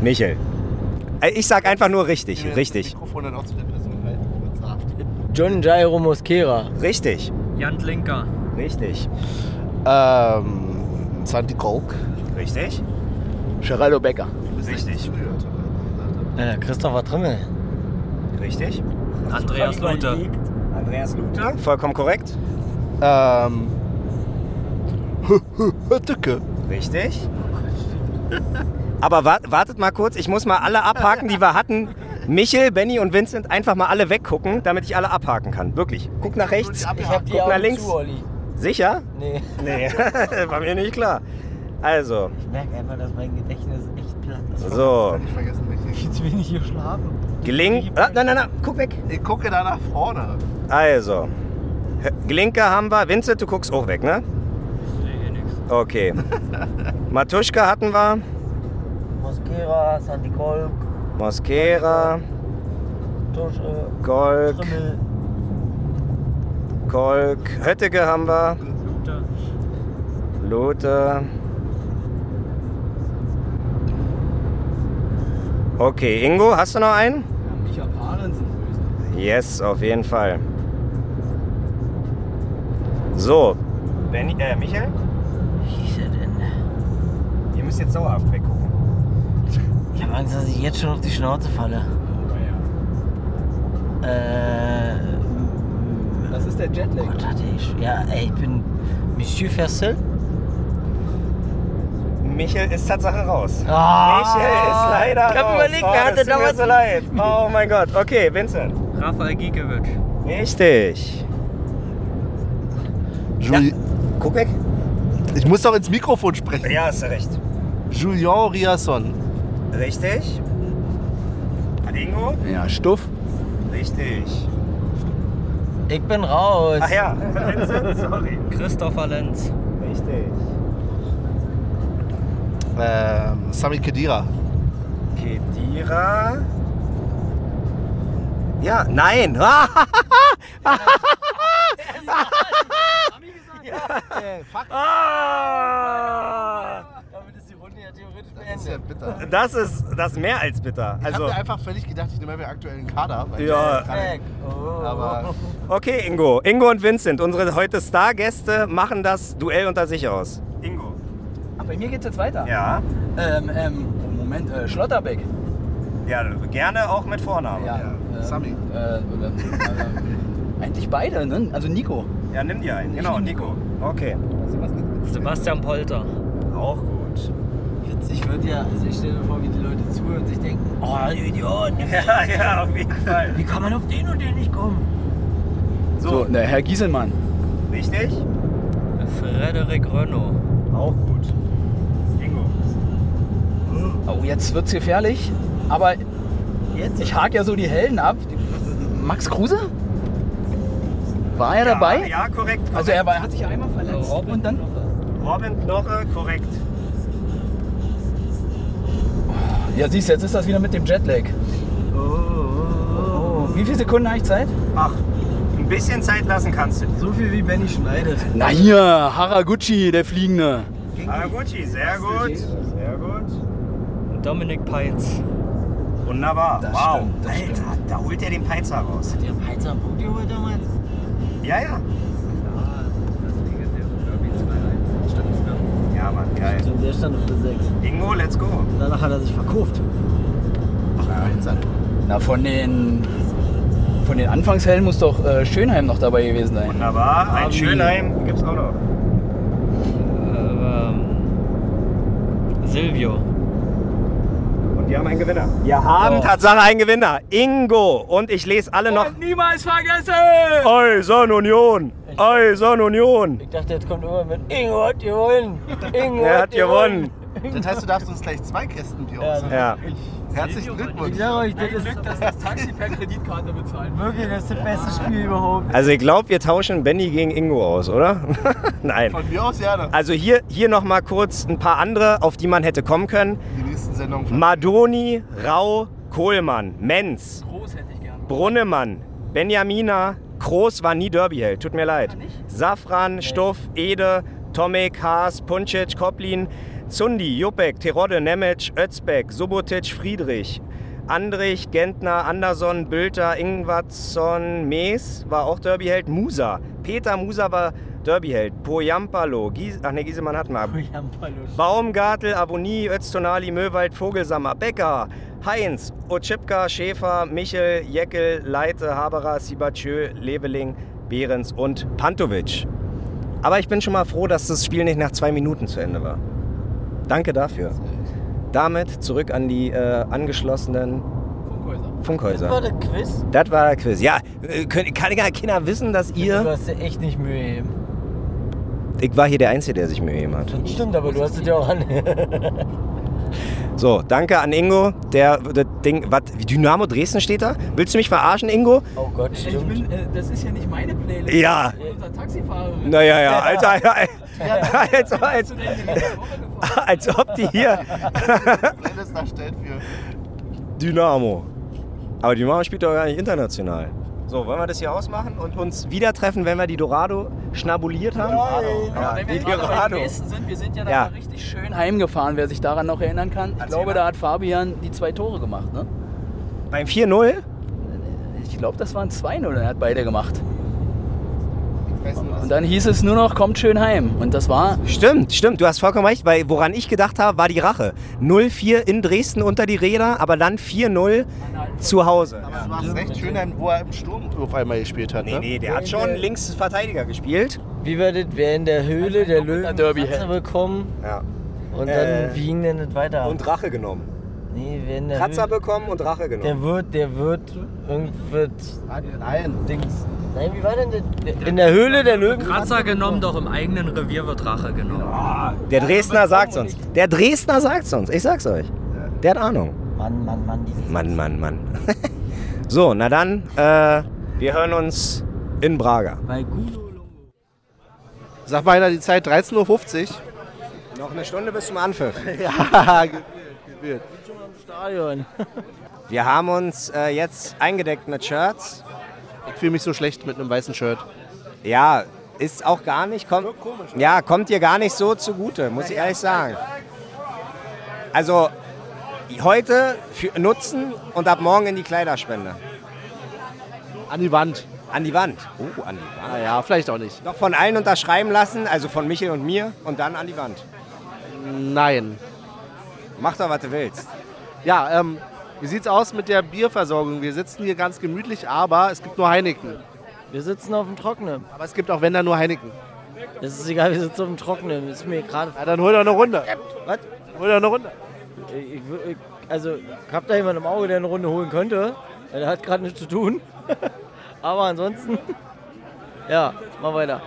Speaker 3: Michel. Äh, Ich sag einfach nur richtig,
Speaker 1: Das
Speaker 3: richtig,
Speaker 1: Mikrofon dann auch zu der Person halten.
Speaker 2: John Jairo Mosquera.
Speaker 3: richtig,
Speaker 4: Jan Linker.
Speaker 3: richtig,
Speaker 1: Ähm, Santi Kolk.
Speaker 3: richtig,
Speaker 4: Geraldo Becker.
Speaker 3: richtig.
Speaker 2: Äh, Christopher Trimmel.
Speaker 3: Richtig.
Speaker 4: Andreas Lute.
Speaker 3: Andreas Lute. Vollkommen korrekt.
Speaker 1: Ähm, Hötteke.
Speaker 3: Richtig. Aber wa- wartet mal kurz, ich muss mal alle abhaken, die wir hatten. Michel, Benny und Vincent, einfach mal alle weggucken, damit ich alle abhaken kann. Wirklich. Guck nach rechts,
Speaker 2: Ich hab die
Speaker 3: guck nach
Speaker 2: Augen
Speaker 3: links.
Speaker 2: zu, Olli.
Speaker 3: Sicher?
Speaker 2: Nee.
Speaker 3: Nee, war mir nicht klar. Also,
Speaker 2: Ich merke einfach, dass mein Gedächtnis echt platt ist.
Speaker 3: so.
Speaker 1: Ich vergessen, richtig.
Speaker 2: Jetzt will ich hier schlafen.
Speaker 3: Gelink. Ah, nein, nein, nein, guck weg.
Speaker 1: Ich gucke da nach vorne.
Speaker 3: Also, Glinke haben wir. Vincent, du guckst auch weg, ne? Okay. Matuschka hatten wir.
Speaker 2: Mosquera, Sandy Kolb,
Speaker 3: Mosquera,
Speaker 2: Tusche,
Speaker 3: Golk,
Speaker 2: äh, Trimmel.
Speaker 3: Kolk. Höttege haben wir. Lute. Okay, Ingo, hast du noch einen?
Speaker 4: Micha Parensen.
Speaker 3: Yes, auf jeden Fall. So. Benny, äh, Michael,
Speaker 2: Hieß er denn?
Speaker 3: ihr müsst jetzt dauerhaft weggucken.
Speaker 2: Ich habe Angst, dass ich jetzt schon auf die Schnauze falle. Äh. m-
Speaker 4: Das ist der Jetlag.
Speaker 2: Gott, hatte ich. Ja, ey, ich bin Monsieur Fessel.
Speaker 3: Michael ist Tatsache raus.
Speaker 2: Ah,
Speaker 3: Michael ist leider
Speaker 2: Ich hab
Speaker 3: raus.
Speaker 2: überlegt,
Speaker 3: oh,
Speaker 2: wer hatte
Speaker 3: das tut mir
Speaker 2: damals.
Speaker 3: so leid. Oh mein Gott. Okay, Vincent.
Speaker 5: Rafael Giekewitsch.
Speaker 3: Richtig.
Speaker 1: Juli
Speaker 3: Guck weg.
Speaker 1: Ich muss doch ins Mikrofon sprechen.
Speaker 3: Ja, hast du recht.
Speaker 1: Julien Riasson.
Speaker 3: Richtig. Ingo?
Speaker 4: Ja, Stuff.
Speaker 3: Richtig.
Speaker 2: Ich bin raus.
Speaker 3: Ach ja, Vincent, sorry.
Speaker 5: Christopher Lenz.
Speaker 3: Richtig.
Speaker 1: Ähm, Sami Kedira.
Speaker 3: Kedira. Ja, nein.
Speaker 1: Äh,
Speaker 3: Ah,
Speaker 2: Damit ist die Runde ja theoretisch
Speaker 1: Das ist ja bitter.
Speaker 3: das ist das ist mehr als bitter.
Speaker 1: Ich habe
Speaker 3: Also,
Speaker 1: mir einfach völlig gedacht, ich nehme meinen aktuellen Kader. weil
Speaker 3: Ja.
Speaker 1: ich kann-
Speaker 2: Oh.
Speaker 1: Aber
Speaker 3: okay, Ingo. Ingo und Vincent, unsere heute Stargäste, machen das Duell unter sich aus. Ingo.
Speaker 4: Aber bei mir geht's jetzt weiter.
Speaker 3: Ja.
Speaker 4: Ähm, ähm, Moment, äh, Schlotterbeck.
Speaker 3: Ja, gerne auch mit Vornamen.
Speaker 4: Ja,
Speaker 1: ja.
Speaker 4: äh,
Speaker 1: Sami.
Speaker 4: Äh, äh, äh, eigentlich beide, ne? Also Nico.
Speaker 3: Ja, nimm dir einen.
Speaker 4: Genau, Nico.
Speaker 3: Okay.
Speaker 5: Sebastian Polter.
Speaker 3: Auch gut.
Speaker 2: Witzig wird ja, also ich stelle mir vor, wie die Leute zuhören und sich denken, oh, ihr Idioten,
Speaker 3: Ja, ja, auf jeden Fall.
Speaker 2: wie kann man auf den und den nicht kommen?
Speaker 4: So,
Speaker 3: So,
Speaker 4: ne, Herr Gieselmann.
Speaker 3: richtig?
Speaker 5: Frederik Renault.
Speaker 3: Auch gut. Ingo.
Speaker 4: Oh, jetzt wird's gefährlich. Aber jetzt? ich hake ja so die Helden ab. Max Kruse? War er dabei?
Speaker 3: Ja, korrekt. korrekt.
Speaker 4: Also er war, hat sich ja einmal verletzt.
Speaker 5: Robin.
Speaker 4: Und dann.
Speaker 3: Robin Knoche, korrekt.
Speaker 4: Ja, siehst du, jetzt ist das wieder mit dem Jetlag. Oh, Wie viele Sekunden habe ich Zeit?
Speaker 3: Ach, ein bisschen Zeit lassen kannst du.
Speaker 2: So viel wie Benny schneidet.
Speaker 4: Na hier, Haraguchi, der Fliegende.
Speaker 3: Haraguchi, Ah, sehr gut. Sehr gut.
Speaker 5: Dominik Peins.
Speaker 3: Wunderbar.
Speaker 4: Das
Speaker 3: wow.
Speaker 4: stimmt, das
Speaker 3: Alter, da holt er den Peizer raus.
Speaker 2: Der Peizer am Punkt geholt damals.
Speaker 3: Ja, ja. Ja, Mann, geil.
Speaker 2: Stimmt, Also, der stand auf der 6.
Speaker 3: Ingo, let's go.
Speaker 2: Danach hat er sich verkauft.
Speaker 4: Na, von den. Von den Anfangshelden muss doch äh, Schönheim noch dabei gewesen sein.
Speaker 3: Wunderbar. Ein
Speaker 4: Abi.
Speaker 3: Schönheim gibt's auch noch.
Speaker 5: Ähm, Silvio.
Speaker 3: Und wir haben einen Gewinner. Wir haben
Speaker 4: Oh.
Speaker 3: Tatsache einen Gewinner. Ingo. Und ich lese alle noch.
Speaker 4: niemals vergessen!
Speaker 3: Eisern Union. Eisern Union.
Speaker 2: Ich dachte, jetzt kommt immer mit Ingo hat gewonnen. Ingo
Speaker 3: Er hat gewonnen.
Speaker 1: das heißt, du darfst uns gleich zwei Kästen Bier
Speaker 2: Ja.
Speaker 1: aussuchen.
Speaker 3: Ja.
Speaker 1: Herzlichen
Speaker 2: Ich
Speaker 1: Glückwunsch.
Speaker 2: sag euch, das ist
Speaker 4: dass das Taxi per Kreditkarte bezahlt wird.
Speaker 2: wirklich das, ist das beste Spiel überhaupt.
Speaker 3: Also ich glaube, wir tauschen Benny gegen Ingo aus, oder? Nein.
Speaker 1: Von mir aus gerne.
Speaker 3: Also hier, hier nochmal kurz ein paar andere, auf die man hätte kommen können.
Speaker 1: Die nächsten Sendungen. von-
Speaker 3: Madoni, Rau, Kohlmann, Menz,
Speaker 4: Groß hätte ich gern.
Speaker 3: Brunnemann, Benjamina, Groß war nie Derbyheld, tut mir leid. Safran, Stuff, Ede, Tomek, Haas, Puncic, Koplin, Zundi, Jupek, Terodde, Nemec, Özbeck, Subotic, Friedrich, Andrich, Gentner, Anderson, Bülter, Ingwatsson, Mees war auch Derbyheld, Musa, Peter Musa war Derbyheld, Poyampalo, Gies ach ne, Giesemann hatten wir.
Speaker 2: Oh, Ich hab mal Lust.
Speaker 3: Baumgartel, Avoni, Öztonali, Möwald, Vogelsammer, Becker, Heinz, Otschipka, Schäfer, Michel, Jeckel, Leite, Haberer, Sibatschö, Leveling, Behrens und Pantovic. Aber ich bin schon mal froh, dass das Spiel nicht nach zwei Minuten zu Ende war. Danke dafür. Damit zurück an die äh, angeschlossenen
Speaker 4: Funkhäuser.
Speaker 2: Das war
Speaker 3: Funkhäuser.
Speaker 2: der Quiz.
Speaker 3: Das war der Quiz. Ja, äh, könnt- kann ja keiner wissen, dass
Speaker 2: Du
Speaker 3: ihr...
Speaker 2: hast dir echt nicht Mühe gegeben.
Speaker 3: Ich war hier der Einzige, der sich Mühe gegeben hat.
Speaker 2: Stimmt, aber du hast es ja auch an.
Speaker 3: So, danke an Ingo, der das Ding, was, Dynamo Dresden steht da? Willst du mich verarschen, Ingo?
Speaker 2: Oh Gott,
Speaker 4: Ich
Speaker 2: stimmt.
Speaker 4: bin, äh, das ist ja nicht meine Playlist.
Speaker 3: Ja.
Speaker 4: das ist Unser Taxifahrer.
Speaker 3: Naja, ja, Alter, als, als, als ob die hier
Speaker 1: Playlist darstellt für.
Speaker 3: Dynamo. Aber Dynamo spielt doch gar nicht international. So, wollen wir das hier ausmachen und uns wieder treffen, wenn wir die Dorado schnabuliert haben?
Speaker 4: Aber wenn wir
Speaker 3: die
Speaker 4: gerade bei
Speaker 3: Dorado.
Speaker 4: Dresden sind, wir sind ja,
Speaker 3: Ja.
Speaker 4: da mal richtig schön heimgefahren, wer sich daran noch erinnern kann. Ich
Speaker 3: Erzähl
Speaker 4: glaube,
Speaker 3: mal.
Speaker 4: da hat Fabian die zwei Tore gemacht, ne?
Speaker 3: Beim 4-0?
Speaker 4: Ich glaube, das waren 2-0 und er hat beide gemacht.
Speaker 1: Ich weiß nicht, was-
Speaker 4: Und dann hieß es nur noch, kommt schön heim. Und das war
Speaker 3: Stimmt, stimmt, du hast vollkommen recht, weil woran ich gedacht habe, war die Rache. 0-4 in Dresden unter die Räder, aber dann 4-0 zu Hause.
Speaker 1: Aber es war recht schön, wo er im Sturm auf einmal gespielt hat.
Speaker 3: Nee,
Speaker 1: Ne?
Speaker 3: nee, der hat schon links Verteidiger gespielt.
Speaker 2: Wie war das? Wer in der Höhle der Löwen
Speaker 4: Derby
Speaker 2: Kratzer
Speaker 4: hält.
Speaker 2: bekommen
Speaker 3: Ja.
Speaker 2: und
Speaker 3: Äh,
Speaker 2: dann wie ging denn das weiter?
Speaker 3: Und Rache genommen.
Speaker 2: nee, wer in der
Speaker 3: Kratzer
Speaker 2: Höhle,
Speaker 3: bekommen und Rache genommen.
Speaker 2: Der wird, der wird, irgendwas.
Speaker 1: Nein.
Speaker 2: Dings. Nein, wie war denn das? In der Höhle der Löwen
Speaker 5: Kratzer genommen, doch im eigenen Revier wird Rache genommen.
Speaker 3: Der Dresdner sagt's uns. Der Dresdner sagt's uns. Ich sag's euch. Der hat Ahnung.
Speaker 2: Mann, Mann, Mann, dieses.
Speaker 3: Mann, Mann, Mann. so, na dann, äh, wir hören uns in Braga.
Speaker 1: Sag mal einer die Zeit 13.50 Uhr.
Speaker 3: Noch eine Stunde bis zum Anpfiff.
Speaker 1: Ja, gewählt.
Speaker 2: Stadion.
Speaker 3: Wir haben uns äh, jetzt eingedeckt mit Shirts.
Speaker 1: Ich fühle mich so schlecht mit einem weißen Shirt.
Speaker 3: Ja, ist auch gar nicht. Kommt, ja, kommt dir gar nicht so zugute, muss ich ehrlich sagen. Also heute für, nutzen und ab morgen in die Kleiderspende.
Speaker 1: An die Wand.
Speaker 3: An die Wand. Oh, an die Wand.
Speaker 1: Naja, vielleicht auch nicht.
Speaker 3: Doch von allen unterschreiben lassen, also von Michel und mir, und dann an die Wand.
Speaker 1: Nein.
Speaker 3: Mach doch, was du willst.
Speaker 1: Ja, ähm, wie sieht's aus mit der Bierversorgung? Wir sitzen hier ganz gemütlich, aber es gibt nur Heineken.
Speaker 2: Wir sitzen auf dem Trockenen.
Speaker 1: Aber es gibt auch, wenn dann nur Heineken.
Speaker 2: Es ist egal, wir sitzen auf dem Trockenen. Ist mir gerade.
Speaker 1: Ja, dann hol doch eine Runde.
Speaker 2: Was?
Speaker 1: Hol doch eine Runde.
Speaker 2: Ich, ich, ich, also, ich hab da jemanden im Auge, der eine Runde holen könnte. Der hat gerade nichts zu tun. Aber ansonsten. Ja, mal weiter.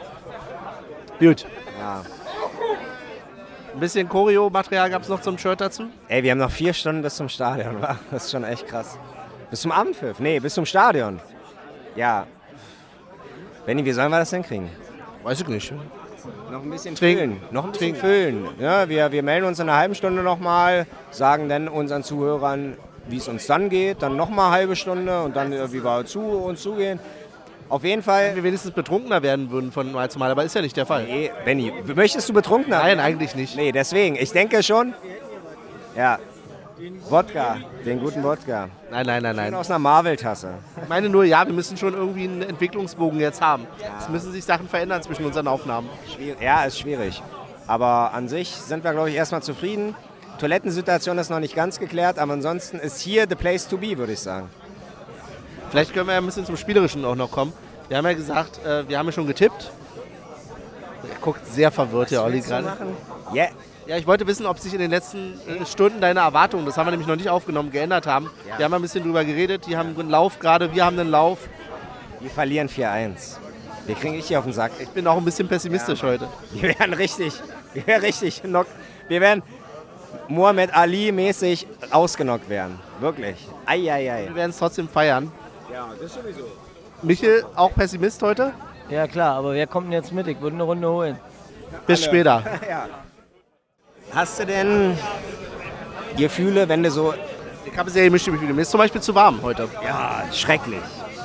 Speaker 1: Gut.
Speaker 3: Ja.
Speaker 1: Ein bisschen Choreo-Material gab's noch zum Shirt dazu?
Speaker 3: Ey, wir haben noch vier Stunden bis zum Stadion, wa? Das ist schon echt krass. Bis zum Abendpfiff? Nee, bis zum Stadion. Ja. Benni, wie sollen wir das denn kriegen?
Speaker 1: Weiß ich nicht.
Speaker 3: Noch ein bisschen
Speaker 1: Trinken.
Speaker 3: füllen. Noch ein bisschen füllen. Ja, wir, wir melden uns in einer halben Stunde nochmal, sagen dann unseren Zuhörern, wie es uns dann geht, dann nochmal eine halbe Stunde und dann äh, wie wir zu uns zugehen. Auf jeden
Speaker 1: Wenn
Speaker 3: Fall.
Speaker 1: wir wenigstens betrunkener werden würden von Mal zu Mal, aber ist ja nicht der Fall.
Speaker 3: Nee, Benni, möchtest du betrunken
Speaker 1: Nein, eigentlich nicht.
Speaker 3: Nee, deswegen. Ich denke schon. Ja. Wodka, den guten Wodka.
Speaker 1: Nein, nein, nein,
Speaker 3: Den
Speaker 1: nein.
Speaker 3: aus einer Marvel-Tasse.
Speaker 1: Ich meine nur, ja, wir müssen schon irgendwie einen Entwicklungsbogen jetzt haben. Es müssen sich Sachen verändern zwischen unseren Aufnahmen.
Speaker 3: Schwier- Ja, ist schwierig. Aber an sich sind wir, glaube ich, erstmal zufrieden. Toilettensituation ist noch nicht ganz geklärt, aber ansonsten ist hier the place to be, würde ich sagen.
Speaker 1: Vielleicht können wir ja ein bisschen zum Spielerischen auch noch kommen. Wir haben ja gesagt, äh, wir haben ja schon getippt. Er guckt sehr verwirrt, der Olli gerade.
Speaker 3: Ja,
Speaker 1: Ja, ich wollte wissen, ob sich in den letzten äh, Stunden deine Erwartungen, das haben wir nämlich noch nicht aufgenommen, geändert haben. Wir haben ein bisschen drüber geredet, die haben einen Lauf gerade, wir haben einen Lauf.
Speaker 3: wir verlieren 4-1. Wir kriegen ich hier auf den Sack.
Speaker 1: Ich bin auch ein bisschen pessimistisch heute.
Speaker 3: Wir werden richtig, wir werden richtig genockt. Wir werden Muhammad Ali mäßig ausgenockt werden. Wirklich. Eieiei.
Speaker 1: Wir werden es trotzdem feiern.
Speaker 3: Ja, das sowieso.
Speaker 1: Michel, auch Pessimist heute?
Speaker 2: Ja, klar, aber wer kommt denn jetzt mit? Ich würde eine Runde holen.
Speaker 1: Bis später.
Speaker 3: ja. Hast du denn Gefühle, wenn du so
Speaker 1: Die Kaffeeserie mischt mich wieder. Mir ist zum Beispiel zu warm heute.
Speaker 3: Ja, ah, schrecklich.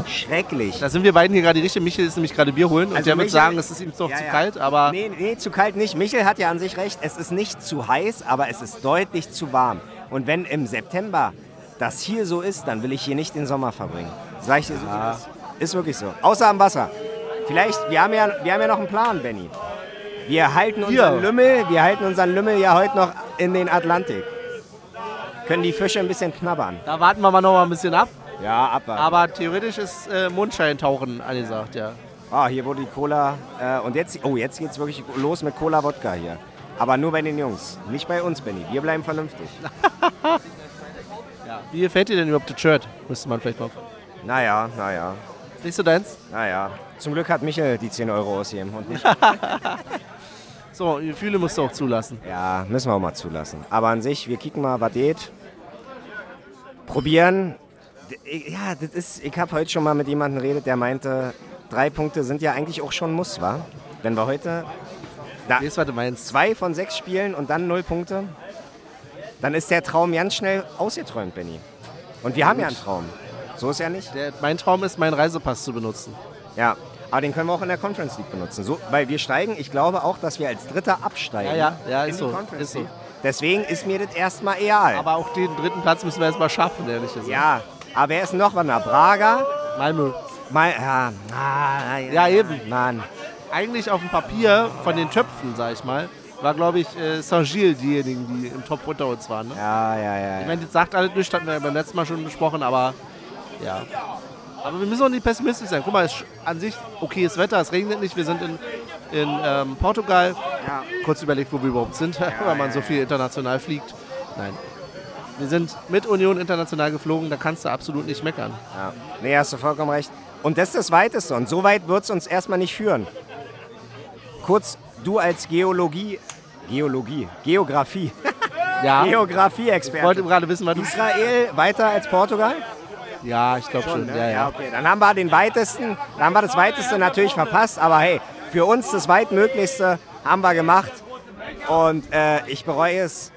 Speaker 3: Schrecklich.
Speaker 1: Da sind wir beiden hier gerade richtig. Michel ist nämlich gerade Bier holen und
Speaker 3: Also
Speaker 1: der wird
Speaker 3: Michel-
Speaker 1: sagen, es ist ihm noch
Speaker 3: Ja,
Speaker 1: zu
Speaker 3: ja.
Speaker 1: kalt, aber
Speaker 3: Nee, nee, zu kalt nicht. Michel hat ja an sich recht. Es ist nicht zu heiß, aber es ist deutlich zu warm. Und wenn im September das hier so ist, dann will ich hier nicht den Sommer verbringen. Sag ich dir so. wie es Ist. ist wirklich so. Außer am Wasser. Vielleicht, wir haben ja, wir haben ja noch einen Plan, Benny. Wir halten unseren Lümmel, wir halten unseren Lümmel ja heute noch in den Atlantik. Können die Fische ein bisschen knabbern.
Speaker 1: da warten wir mal noch mal ein bisschen ab.
Speaker 3: Ja, abwarten.
Speaker 1: Aber theoretisch ist äh, Mondscheintauchen angesagt, ja.
Speaker 3: Ah, hier wurde die Cola. Äh, und jetzt, oh, jetzt geht's wirklich los mit Cola Wodka hier. Aber nur bei den Jungs, nicht bei uns, Benny. Wir bleiben vernünftig.
Speaker 1: Wie gefällt dir denn überhaupt das Shirt? Müsste man vielleicht mal.
Speaker 3: Naja, naja,
Speaker 1: Siehst du deins?
Speaker 3: naja. Zum Glück hat Michel die 10 Euro ausgegeben und nicht.
Speaker 1: So, Gefühle musst du auch zulassen.
Speaker 3: Ja, müssen wir auch mal zulassen. Aber an sich, wir kicken mal, was geht. Probieren. D- ich- Ja, das ist, ich habe heute schon mal mit jemandem geredet, der meinte, drei Punkte sind ja eigentlich auch schon Muss, wa? Wenn wir heute
Speaker 1: Ich weiß, was du meinst.
Speaker 3: zwei von sechs spielen und dann null Punkte, dann ist der Traum ganz schnell ausgeträumt, Benny. Und wir haben ja einen Traum. So ist ja nicht.
Speaker 1: Der, mein Traum ist, meinen Reisepass zu benutzen.
Speaker 3: Ja, aber den können wir auch in der Conference League benutzen. So, weil wir steigen, ich glaube auch, dass wir als Dritter absteigen.
Speaker 1: Ja, ja, ja,
Speaker 3: in
Speaker 1: ist
Speaker 3: die
Speaker 1: so,
Speaker 3: Conference
Speaker 1: ist so.
Speaker 3: League. Deswegen ist mir das erstmal egal.
Speaker 1: Aber auch den dritten Platz müssen wir erstmal schaffen, ehrlich gesagt.
Speaker 3: ja, aber wer ist noch wann? Braga?
Speaker 1: Malmö.
Speaker 3: Mal, ja, ah,
Speaker 1: Ja, eben.
Speaker 3: Mann.
Speaker 1: Eigentlich auf dem Papier von den Töpfen, sag ich mal, war, glaube ich, äh, Saint-Gilles diejenigen, die im Top unter uns waren. Ne?
Speaker 3: Ja, ja, ja.
Speaker 1: Ich
Speaker 3: ja.
Speaker 1: meine, das sagt alles nichts, hatten wir ja beim letzten Mal schon besprochen, aber ja. Aber wir müssen auch nicht pessimistisch sein. Guck mal, es ist an sich okayes Wetter, es regnet nicht, wir sind in, in ähm, Portugal.
Speaker 3: Ja.
Speaker 1: Kurz überlegt, wo wir überhaupt sind, weil man so viel international fliegt. Nein. Wir sind mit Union international geflogen, da kannst du absolut nicht meckern.
Speaker 3: ja. Nee, hast du vollkommen recht. Und das ist das Weiteste. Und so weit wird es uns erstmal nicht führen. Kurz, du als Geologie, Geologie, Geografie,
Speaker 1: Ja, ich wollte
Speaker 3: Geografie-Experte.
Speaker 1: gerade wissen, was du...
Speaker 3: Israel weiter als Portugal?
Speaker 1: Ja, ich glaube schon.
Speaker 3: Ne?
Speaker 1: Ja, ja.
Speaker 3: okay. Dann haben wir den weitesten, dann haben wir das weiteste natürlich verpasst, aber hey, für uns das weitmöglichste haben wir gemacht und äh, ich bereue es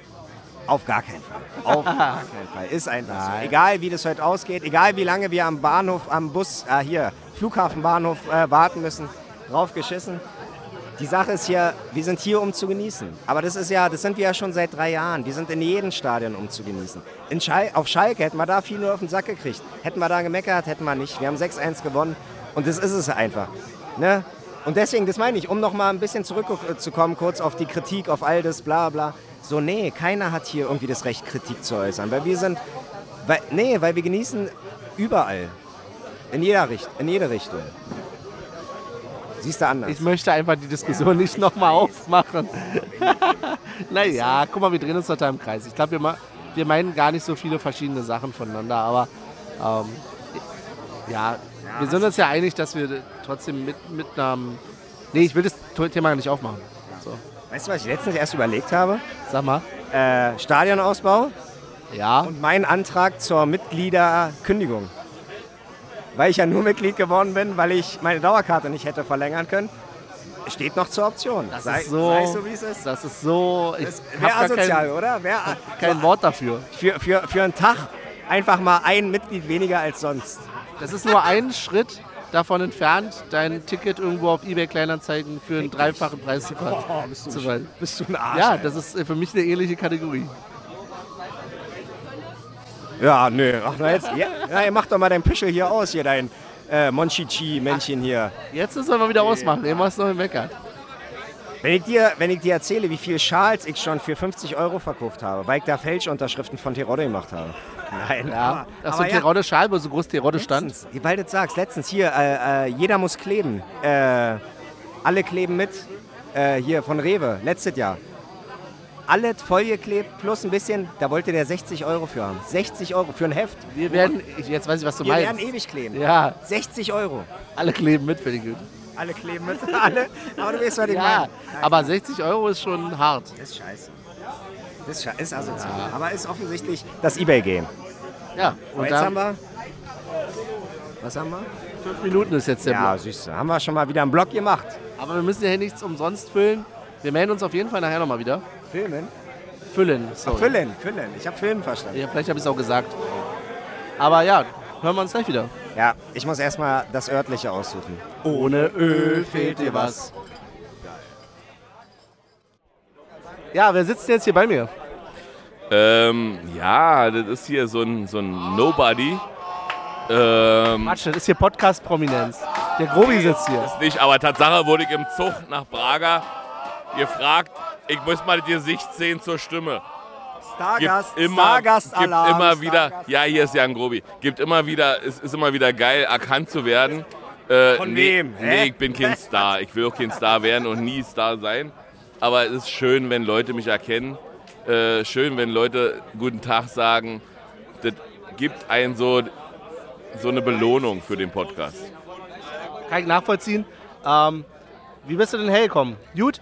Speaker 3: auf gar keinen Fall. Auf gar keinen Fall. Ist einfach so. Egal wie das heute ausgeht, egal wie lange wir am Bahnhof, am Bus, äh, hier, Flughafenbahnhof äh, warten müssen, drauf geschissen. Die Sache ist hier, wir sind hier, um zu genießen. Aber das ist ja, das sind wir ja schon seit drei Jahren. Wir sind in jedem Stadion, um zu genießen. In Schal auf Schalke hätten wir da viel nur auf den Sack gekriegt. Hätten wir da gemeckert, hätten wir nicht. Wir haben 6-1 gewonnen und das ist es einfach. Ne? Und deswegen, das meine ich, um nochmal ein bisschen zurückzukommen, kurz auf die Kritik, auf all das, bla bla. So, nee, keiner hat hier irgendwie das Recht, Kritik zu äußern. Weil wir sind, weil, nee, weil wir genießen überall. In jeder Richt in jede Richtung. Siehst du anders.
Speaker 1: Ich möchte einfach die Diskussion nicht nochmal aufmachen. naja, guck mal, wir drehen uns total im Kreis. Ich glaube, wir, ma- wir meinen gar nicht so viele verschiedene Sachen voneinander, aber ähm, ja, wir sind uns ja einig, dass wir trotzdem mit, mit einem. Nee, ich will das Thema gar nicht aufmachen. So,
Speaker 3: Weißt du, was ich letztens erst überlegt habe?
Speaker 1: sag mal.
Speaker 3: Äh, Stadionausbau
Speaker 1: Ja,
Speaker 3: und mein Antrag zur Mitgliederkündigung. Weil ich ja nur Mitglied geworden bin, weil ich meine Dauerkarte nicht hätte verlängern können, steht noch zur Option.
Speaker 1: das
Speaker 3: sei,
Speaker 1: ist so.
Speaker 3: sei so, wie es ist.
Speaker 1: Das ist so. Ich
Speaker 3: Das
Speaker 1: hab
Speaker 3: Wäre
Speaker 1: gar kein,
Speaker 3: asozial, oder? Wär,
Speaker 1: kein Wort dafür.
Speaker 3: für, für, für einen Tag einfach mal ein Mitglied weniger als sonst.
Speaker 1: Das ist nur ein Schritt davon entfernt, dein Ticket irgendwo auf eBay Kleinanzeigen für einen dreifachen Preis zu ver- zu ver-
Speaker 3: Oh, Bist du ein Arsch?
Speaker 1: Ja, das ist äh, für mich eine ähnliche Kategorie.
Speaker 3: Ja, nö. Ach, na jetzt. Ja, na, ihr macht doch mal dein Pischel hier aus, hier dein äh, Monchichi-Männchen hier.
Speaker 1: Jetzt müssen wir mal wieder ausmachen. Eben hast du noch gemeckert.
Speaker 3: Wenn ich, dir, wenn ich dir erzähle, wie viel Schals ich schon für 50 Euro verkauft habe, weil ich da Fälschunterschriften von Terodde gemacht habe. Nein,
Speaker 1: Ja.
Speaker 3: aber-
Speaker 1: Dass so
Speaker 3: aber
Speaker 1: ein Terodde Schal, wo so groß Terodde stand.
Speaker 3: letztens, weil du das sagst, letztens hier, äh, äh, jeder muss kleben. Äh, alle kleben mit. Äh, hier von Rewe, letztes Jahr. Alle voll geklebt, plus ein bisschen, da wollte der 60 Euro für haben. 60 Euro für ein Heft.
Speaker 1: Wir werden, ich- jetzt weiß ich, was du
Speaker 3: Wir werden eh-
Speaker 1: meinst.
Speaker 3: ewig kleben.
Speaker 1: Ja,
Speaker 3: 60 Euro.
Speaker 1: alle kleben mit für die Güte.
Speaker 3: Alle kleben mit, alle. Aber du weißt, was ich
Speaker 1: Ja,
Speaker 3: meine.
Speaker 1: aber 60 Euro ist schon hart.
Speaker 3: Das ist scheiße. Das ist, sche- ist asozial. Aber ist offensichtlich das Ebay-Game.
Speaker 1: Ja,
Speaker 3: Und
Speaker 1: und
Speaker 3: jetzt haben
Speaker 1: dann
Speaker 3: wir. Was haben wir?
Speaker 1: fünf Minuten ist jetzt der
Speaker 3: Ja,
Speaker 1: Block.
Speaker 3: süß. Haben wir schon mal wieder einen Blog gemacht.
Speaker 1: Aber wir müssen ja hier nichts umsonst füllen. Wir melden uns auf jeden Fall nachher nochmal wieder.
Speaker 3: Filmen?
Speaker 1: Füllen, sorry.
Speaker 3: Füllen, füllen. Ich habe Filmen verstanden.
Speaker 1: Ja, vielleicht habe ich es auch gesagt. Aber ja, hören wir uns gleich wieder.
Speaker 3: Ja, ich muss erstmal das örtliche aussuchen.
Speaker 1: Ohne Ö Ja, wer sitzt denn jetzt hier bei mir?
Speaker 6: Ähm, ja, das ist hier so ein, so ein Nobody. Ähm,
Speaker 1: Matsch, das ist hier Podcast-Prominenz. Der Grobi sitzt hier.
Speaker 6: ist nicht, aber Tatsache wurde ich im Zug nach Braga gefragt, ich muss mal das Gesicht sehen zur Stimme.
Speaker 3: Stargast,
Speaker 6: immer, gibt
Speaker 3: Stargast-Alarm.
Speaker 6: immer wieder,
Speaker 3: Stargast.
Speaker 6: ja, hier ist Jan Grobi, gibt immer wieder, es ist immer wieder geil, erkannt zu werden. Äh,
Speaker 3: Von
Speaker 6: nee,
Speaker 3: wem? Hä?
Speaker 6: Nee, ich bin kein Star. Ich will auch kein Star werden und nie Star sein. aber es ist schön, wenn Leute mich erkennen. Äh, schön, wenn Leute guten Tag sagen. Das gibt einen so, so eine Belohnung für den Podcast.
Speaker 1: Kann ich nachvollziehen. Ähm, wie bist du denn hergekommen? Gut?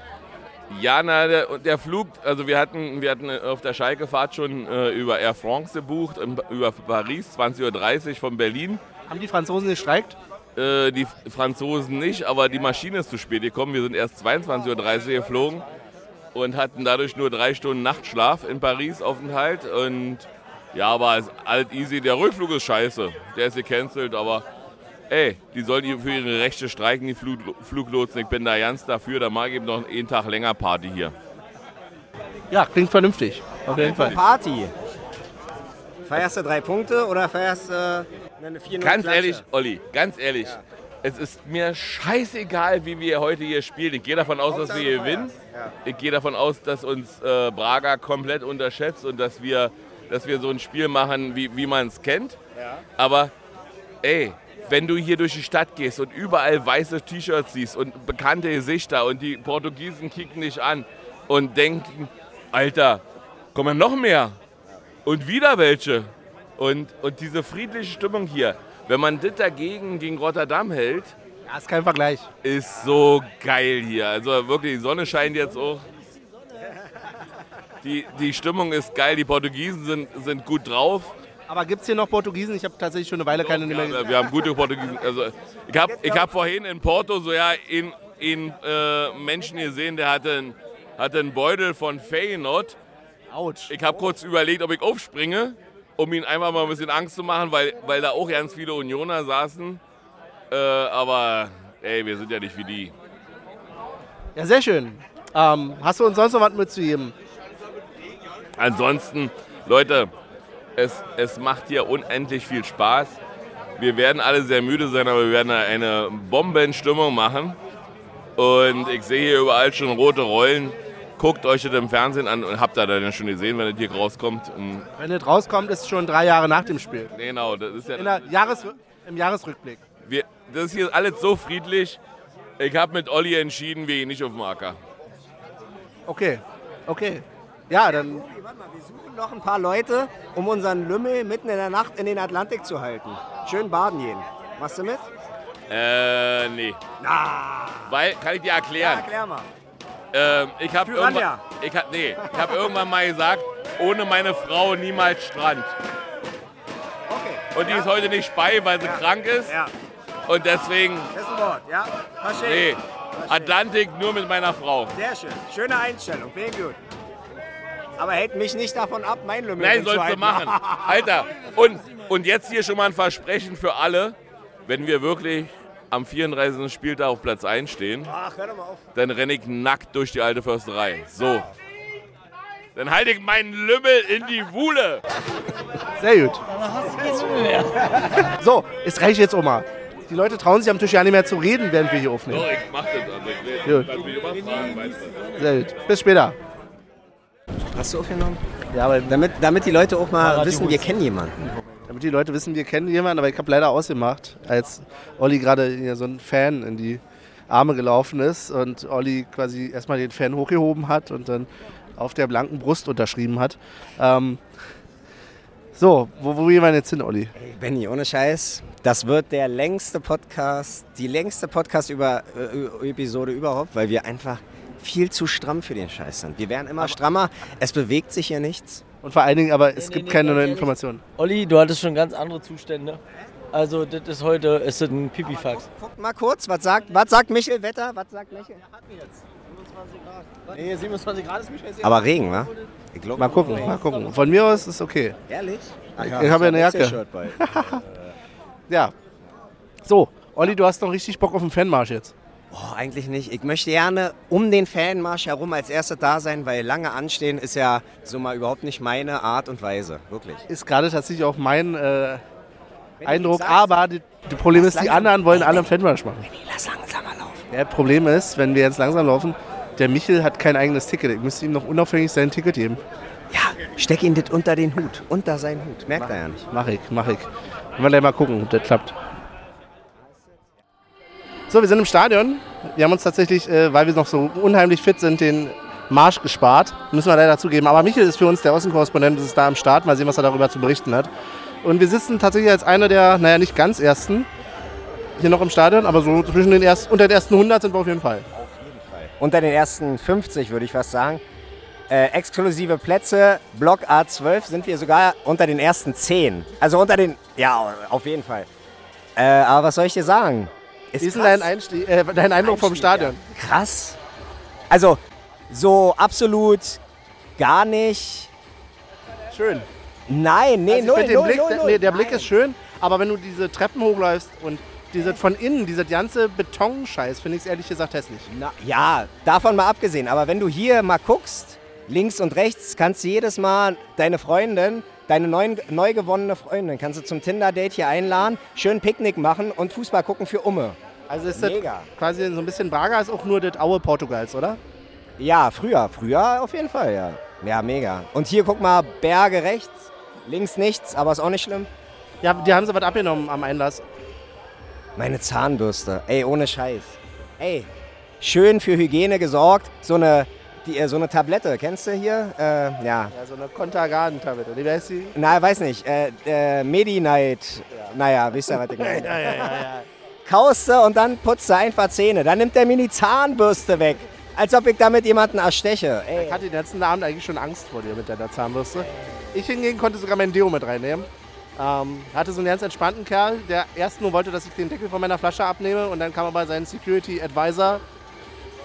Speaker 6: Ja, na, der, und der Flug, also wir hatten, wir hatten auf der Schalke-Fahrt schon äh, über Air France gebucht, im- über Paris, 20.30 Uhr von Berlin.
Speaker 1: Haben die Franzosen gestreikt?
Speaker 6: Äh, die Franzosen nicht, aber die Maschine ist zu spät gekommen. Wir sind erst 22.30 Uhr geflogen und hatten dadurch nur drei Stunden Nachtschlaf in Paris Aufenthalt. Und ja, aber es ist alt easy. Der Rückflug ist scheiße. Der ist gecancelt, aber ey, die sollen hier für ihre Rechte streiken, die Flug Fluglotsen. Ich bin da ganz dafür. Da mag eben noch einen Tag länger Party hier.
Speaker 1: Ja, klingt vernünftig. Auf jeden Fall.
Speaker 3: Party. Feierst du drei Punkte oder feierst du eine 4
Speaker 6: Ganz ehrlich, Olli, ganz ehrlich. Es ist mir scheißegal, wie wir heute hier spielen. Ich gehe davon aus, dass wir hier gewinnen. Ich gehe davon aus, dass uns äh, Braga komplett unterschätzt und dass wir, dass wir so ein Spiel machen, wie, wie man es kennt. Aber ey, wenn du hier durch die Stadt gehst und überall weiße T-Shirts siehst und bekannte Gesichter und die Portugiesen kicken dich an und denken, Alter, kommen noch mehr und wieder welche. Und, und diese friedliche Stimmung hier, wenn man das dagegen gegen Rotterdam hält,
Speaker 1: Ja, ist kein Vergleich.
Speaker 6: ist so geil hier. Also wirklich, die Sonne scheint jetzt auch. Die, die Stimmung ist geil, die Portugiesen sind, sind gut drauf.
Speaker 1: Aber gibt es hier noch Portugiesen? Ich habe tatsächlich schon eine Weile keine mehr gesehen.
Speaker 6: Ja, wir haben gute Portugiesen. Also, ich habe ich hab vorhin in Porto so ja in, in äh, Menschen gesehen, der hatte einen, hatte einen Beutel von Feyenoord.
Speaker 1: Autsch.
Speaker 6: Ich habe kurz überlegt, ob ich aufspringe, um ihn einfach mal ein bisschen Angst zu machen, weil, weil da auch ganz viele Unioner saßen. Äh, aber ey, wir sind ja nicht wie die.
Speaker 1: Ja, sehr schön. Ähm, hast du uns sonst noch was mitzugeben?
Speaker 6: Ansonsten, Leute, es, es macht hier unendlich viel Spaß. Wir werden alle sehr müde sein, aber wir werden eine Bombenstimmung machen. Und ich sehe hier überall schon rote Rollen. Guckt euch das im Fernsehen an und habt da dann ja schon gesehen, wenn das hier rauskommt. Und
Speaker 1: Wenn das rauskommt, ist es schon drei Jahre nach dem Spiel.
Speaker 6: genau, das ist ja.
Speaker 1: In der Jahres Im Jahresrückblick.
Speaker 6: Wir, das ist hier alles so friedlich. Ich habe mit Olli entschieden, wir gehen nicht auf den Acker.
Speaker 1: Okay, okay. Ja, dann
Speaker 3: Wir suchen noch ein paar Leute, um unseren Lümmel mitten in der Nacht in den Atlantik zu halten. Schön baden gehen. Machst du mit?
Speaker 6: Äh, nee. Weil, kann ich dir erklären.
Speaker 3: Erklär mal.
Speaker 6: Ähm, ich habe
Speaker 3: Piranha.
Speaker 6: irgendwann, ich hab, nee, ich hab irgendwann mal gesagt, ohne meine Frau niemals Strand.
Speaker 3: Okay.
Speaker 6: Und die ist heute nicht bei, weil sie krank ist.
Speaker 3: Ja,
Speaker 6: Und deswegen,
Speaker 3: das ist ein Wort, ja? Verstehe.
Speaker 6: nee, Atlantik nur mit meiner Frau.
Speaker 3: Sehr schön. Schöne Einstellung. Sehr gut. Aber hält mich nicht davon ab, mein Lümmel
Speaker 6: Nein, sollst du
Speaker 3: hinzuhalten.
Speaker 6: machen. Alter, und, und jetzt hier schon mal ein Versprechen für alle, wenn wir wirklich am 34. Spieltag auf Platz 1 stehen,
Speaker 3: Ach, hör doch mal auf.
Speaker 6: dann renne ich nackt durch die alte Försterei. So. Dann halte ich meinen Lümmel in die Wuhle.
Speaker 1: sehr gut. So, es reicht jetzt, Oma. Die Leute trauen sich am Tisch ja nicht mehr zu reden, während wir hier aufnehmen.
Speaker 6: So, ich mach das. Also ich will,
Speaker 1: Gut.
Speaker 6: lass mich immer fragen, weißt du.
Speaker 1: Sehr gut. Bis später.
Speaker 3: Hast du aufgenommen?
Speaker 1: Ja, aber
Speaker 3: Damit, damit die Leute auch mal wissen, wir kennen jemanden.
Speaker 1: damit die Leute wissen, wir kennen jemanden, aber ich habe leider ausgemacht, als Olli gerade hier so ein Fan in die Arme gelaufen ist und Olli quasi erstmal den Fan hochgehoben hat und dann auf der blanken Brust unterschrieben hat. Ähm, so, wo, wo gehen wir denn jetzt hin, Olli?
Speaker 3: Benny, ohne Scheiß, das wird der längste Podcast, die längste Podcast-Episode überhaupt, weil wir einfach viel zu stramm für den Scheiß sind. Wir werden immer strammer, es bewegt sich hier nichts.
Speaker 1: Und vor allen Dingen, aber es gibt
Speaker 2: Nee, nee, nee,
Speaker 1: keine
Speaker 2: ganz
Speaker 1: neuen
Speaker 2: ehrlich.
Speaker 1: Informationen.
Speaker 2: Olli, du hattest schon ganz andere Zustände. Also, das ist heute ist das ein Pipifax.
Speaker 3: Guckt mal kurz, was sagt, was sagt Michel Wetter? Was sagt Michel?
Speaker 2: Nee, 27 Grad ist mich jetzt
Speaker 3: Aber Regen, wa? Ich glaub,
Speaker 1: Mal gucken, mal gucken. Von mir aus ist okay.
Speaker 3: Ehrlich?
Speaker 1: ich hab ja eine Jacke. Ja. So, Olli, du hast noch richtig Bock auf den Fanmarsch jetzt.
Speaker 3: Oh, eigentlich nicht. Ich möchte gerne um den Fanmarsch herum als Erster da sein, weil lange anstehen ist ja so mal überhaupt nicht meine Art und Weise. Wirklich.
Speaker 1: Ist gerade tatsächlich auch mein äh,
Speaker 3: Wenn du
Speaker 1: Eindruck,
Speaker 3: sagst-
Speaker 1: aber die- das Problem ist, die
Speaker 3: langsam.
Speaker 1: anderen wollen alle einen Fanmarsch machen.
Speaker 3: Lass langsamer laufen.
Speaker 1: Ja, Problem ist, wenn wir jetzt langsam laufen, der Michel hat kein eigenes Ticket. Ich müsste ihm noch unauffällig sein Ticket geben.
Speaker 3: Ja, steck ihn das unter den Hut. Unter seinen Hut. Merkt er ja nicht.
Speaker 1: Mach ich, mach ich. Wollen wir gleich mal gucken, ob das klappt. So, wir sind im Stadion. Wir haben uns tatsächlich, äh, weil wir noch so unheimlich fit sind, den Marsch gespart. Müssen wir leider zugeben. Aber Michael ist für uns der Außenkorrespondent, ist da am Start. Mal sehen, was er darüber zu berichten hat. Und wir sitzen tatsächlich als einer der, naja, nicht ganz ersten hier noch im Stadion, aber so zwischen den ersten, unter den ersten 100 sind wir auf jeden Fall.
Speaker 3: Unter den ersten 50 würde ich fast sagen. Äh, exklusive Plätze, Block A12 sind wir sogar unter den ersten 10. Also unter den, ja, auf jeden Fall. Äh, aber was soll ich dir sagen?
Speaker 1: Wie ist denn dein, Einstieg, äh, dein Eindruck vom
Speaker 3: Einstieg,
Speaker 1: Stadion?
Speaker 3: Ja. Krass. Also, so absolut gar nicht.
Speaker 1: Schön.
Speaker 3: Nein, nee,
Speaker 1: Also ich
Speaker 3: null,
Speaker 1: find den
Speaker 3: null,
Speaker 1: Blick,
Speaker 3: null,
Speaker 1: der-
Speaker 3: null.
Speaker 1: nee, der
Speaker 3: Nein.
Speaker 1: Blick ist schön, aber wenn du diese Treppen hochläufst und diese von innen, diese ganze Betonscheiß, finde ich es ehrlich gesagt hässlich.
Speaker 3: Na, ja, davon mal abgesehen. Aber wenn du hier mal guckst, links und rechts, kannst du jedes Mal deine Freundin, deine neuen, neu gewonnene Freundin, kannst du zum Tinder-Date hier einladen, schön Picknick machen und Fußball gucken für Umme.
Speaker 1: Also ist
Speaker 3: Mega.
Speaker 1: das quasi so ein bisschen Braga ist auch nur das Aue Portugals, oder?
Speaker 3: Ja, früher, früher auf jeden Fall, ja. Ja, mega. Und hier guck mal, Berge rechts, links nichts, aber ist auch nicht schlimm.
Speaker 1: Ja, die haben sie was abgenommen am Einlass.
Speaker 3: Meine Zahnbürste, ey, ohne Scheiß. Ey, schön für Hygiene gesorgt, so eine, die, äh, so eine Tablette, kennst du hier? Äh, ja,
Speaker 1: Ja, so eine Kontergarden-Tabelle. Die heißt die?
Speaker 3: Na, weiß nicht. Äh, äh, Medi-Night. Naja, wisst ihr, was ich meine. Kaust du und dann putzt du einfach Zähne. Dann nimmt der mir die Zahnbürste weg. Als ob ich damit jemanden ersteche. Ey.
Speaker 1: Ich hatte den letzten Abend eigentlich schon Angst vor dir mit deiner Zahnbürste. Ich hingegen konnte sogar mein Deo mit reinnehmen. Ähm, hatte so einen ganz entspannten Kerl, der erst nur wollte, dass ich den Deckel von meiner Flasche abnehme und dann kam aber sein Security Advisor,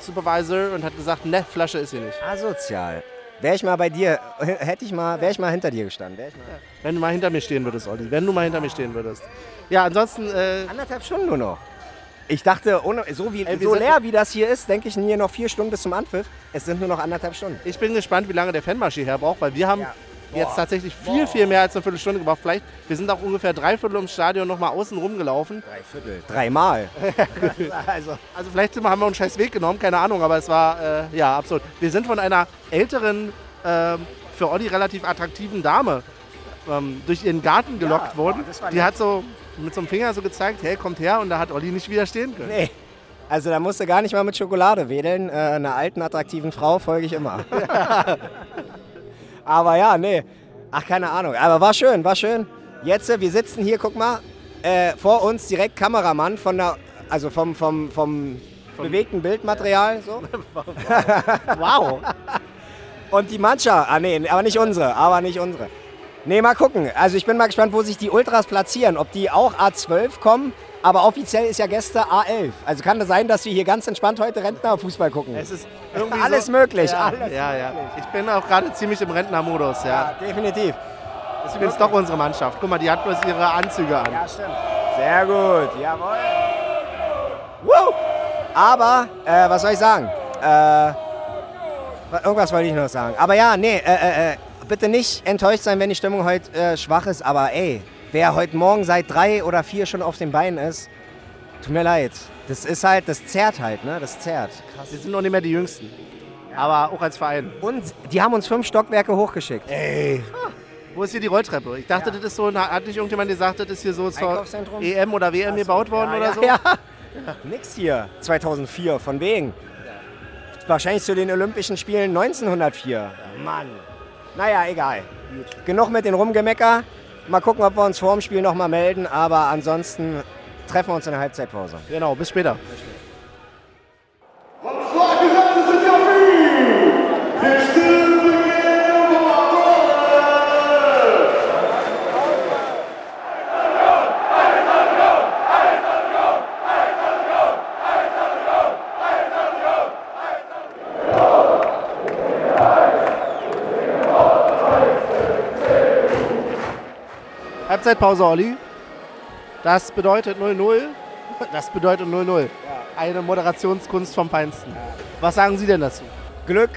Speaker 1: Supervisor und hat gesagt, ne, Flasche ist hier nicht.
Speaker 3: Asozial. Wäre ich mal bei dir, hätte ich mal, wäre ich mal hinter dir gestanden. Wär ich mal.
Speaker 1: Wenn du mal hinter mir stehen würdest, Olli, wenn du mal hinter mir stehen würdest. Ja, ansonsten, äh,
Speaker 3: Anderthalb Stunden nur noch. Ich dachte, ohne, so, wie,
Speaker 1: Ey, wir
Speaker 3: so
Speaker 1: sind-
Speaker 3: leer wie das hier ist, denke ich hier noch vier Stunden bis zum Anpfiff. Es sind nur noch anderthalb Stunden.
Speaker 1: ich bin gespannt, wie lange der Fanmarsch hierher braucht, weil wir haben
Speaker 3: Ja.
Speaker 1: jetzt tatsächlich viel, viel mehr als eine Viertelstunde gebraucht. Vielleicht, wir sind auch ungefähr dreiviertel ums Stadion nochmal außen rumgelaufen.
Speaker 3: Drei Viertel. Dreimal.
Speaker 1: Also, also vielleicht sind wir- haben wir uns scheiß Weg genommen, keine Ahnung, aber es war, äh, ja, absolut. Wir sind von einer älteren, ähm, für Olli relativ attraktiven Dame ähm, durch ihren Garten gelockt worden.
Speaker 3: das war
Speaker 1: Die
Speaker 3: nett.
Speaker 1: hat so mit so einem Finger so gezeigt, hey, kommt her, und da hat Olli nicht widerstehen können.
Speaker 3: Nee. Also da musst du gar nicht mal mit Schokolade wedeln. Äh, einer alten, attraktiven Frau folge ich immer. Aber ja, nee. Ach, keine Ahnung. Aber war schön, war schön. Jetzt, äh, wir sitzen hier, guck mal, äh, vor uns direkt Kameramann von der, also vom, vom, vom bewegten Bildmaterial. So.
Speaker 1: Wow.
Speaker 3: Und die Mannschaft, ah nee, aber nicht unsere, aber nicht unsere. Nee, mal gucken. Also ich bin mal gespannt, wo sich die Ultras platzieren. Ob die auch A12 kommen, aber offiziell ist ja Gäste A11. Also kann das sein, dass wir hier ganz entspannt heute Rentnerfußball gucken.
Speaker 1: Es ist irgendwie
Speaker 3: Alles
Speaker 1: so,
Speaker 3: möglich,
Speaker 1: Ja,
Speaker 3: alles
Speaker 1: ja, ja. Ich bin auch gerade ziemlich im Rentnermodus, ja.
Speaker 3: ja, definitiv.
Speaker 1: Das ist übrigens doch unsere Mannschaft. Guck mal, die hat bloß ihre Anzüge an.
Speaker 3: Ja, stimmt. Sehr gut, jawohl. Wow. Aber, äh, was soll ich sagen? Äh, wa- irgendwas wollte ich noch sagen. Aber ja, nee, äh, äh, äh, bitte nicht enttäuscht sein, wenn die Stimmung heute äh, schwach ist. Aber ey, wer heute Morgen seit drei oder vier schon auf den Beinen ist, tut mir leid. Das ist halt, das zerrt halt, ne? Das zerrt.
Speaker 1: Sie sind noch nicht mehr die Jüngsten. Aber auch als Verein.
Speaker 3: Und die haben uns fünf Stockwerke hochgeschickt.
Speaker 1: Wo ist hier die Rolltreppe? Ich dachte, das ist so, na, hat nicht irgendjemand gesagt, das ist hier so zur
Speaker 3: Einkaufszentrum?
Speaker 1: EM oder WM gebaut worden
Speaker 3: Ja,
Speaker 1: oder
Speaker 3: ja,
Speaker 1: so?
Speaker 3: Ja. Nix hier. 2004, von wegen. Wahrscheinlich zu den Olympischen Spielen 1904. Mann. Naja, egal. Genug mit den Rumgemecker. Mal gucken, ob wir uns vor dem Spiel nochmal melden. Aber ansonsten treffen wir uns in der Halbzeitpause.
Speaker 1: Genau, bis später. Halbzeitpause, Olli. Das bedeutet 0-0. Das bedeutet 0-0. Eine Moderationskunst vom Feinsten. Was sagen Sie denn dazu?
Speaker 3: Glück,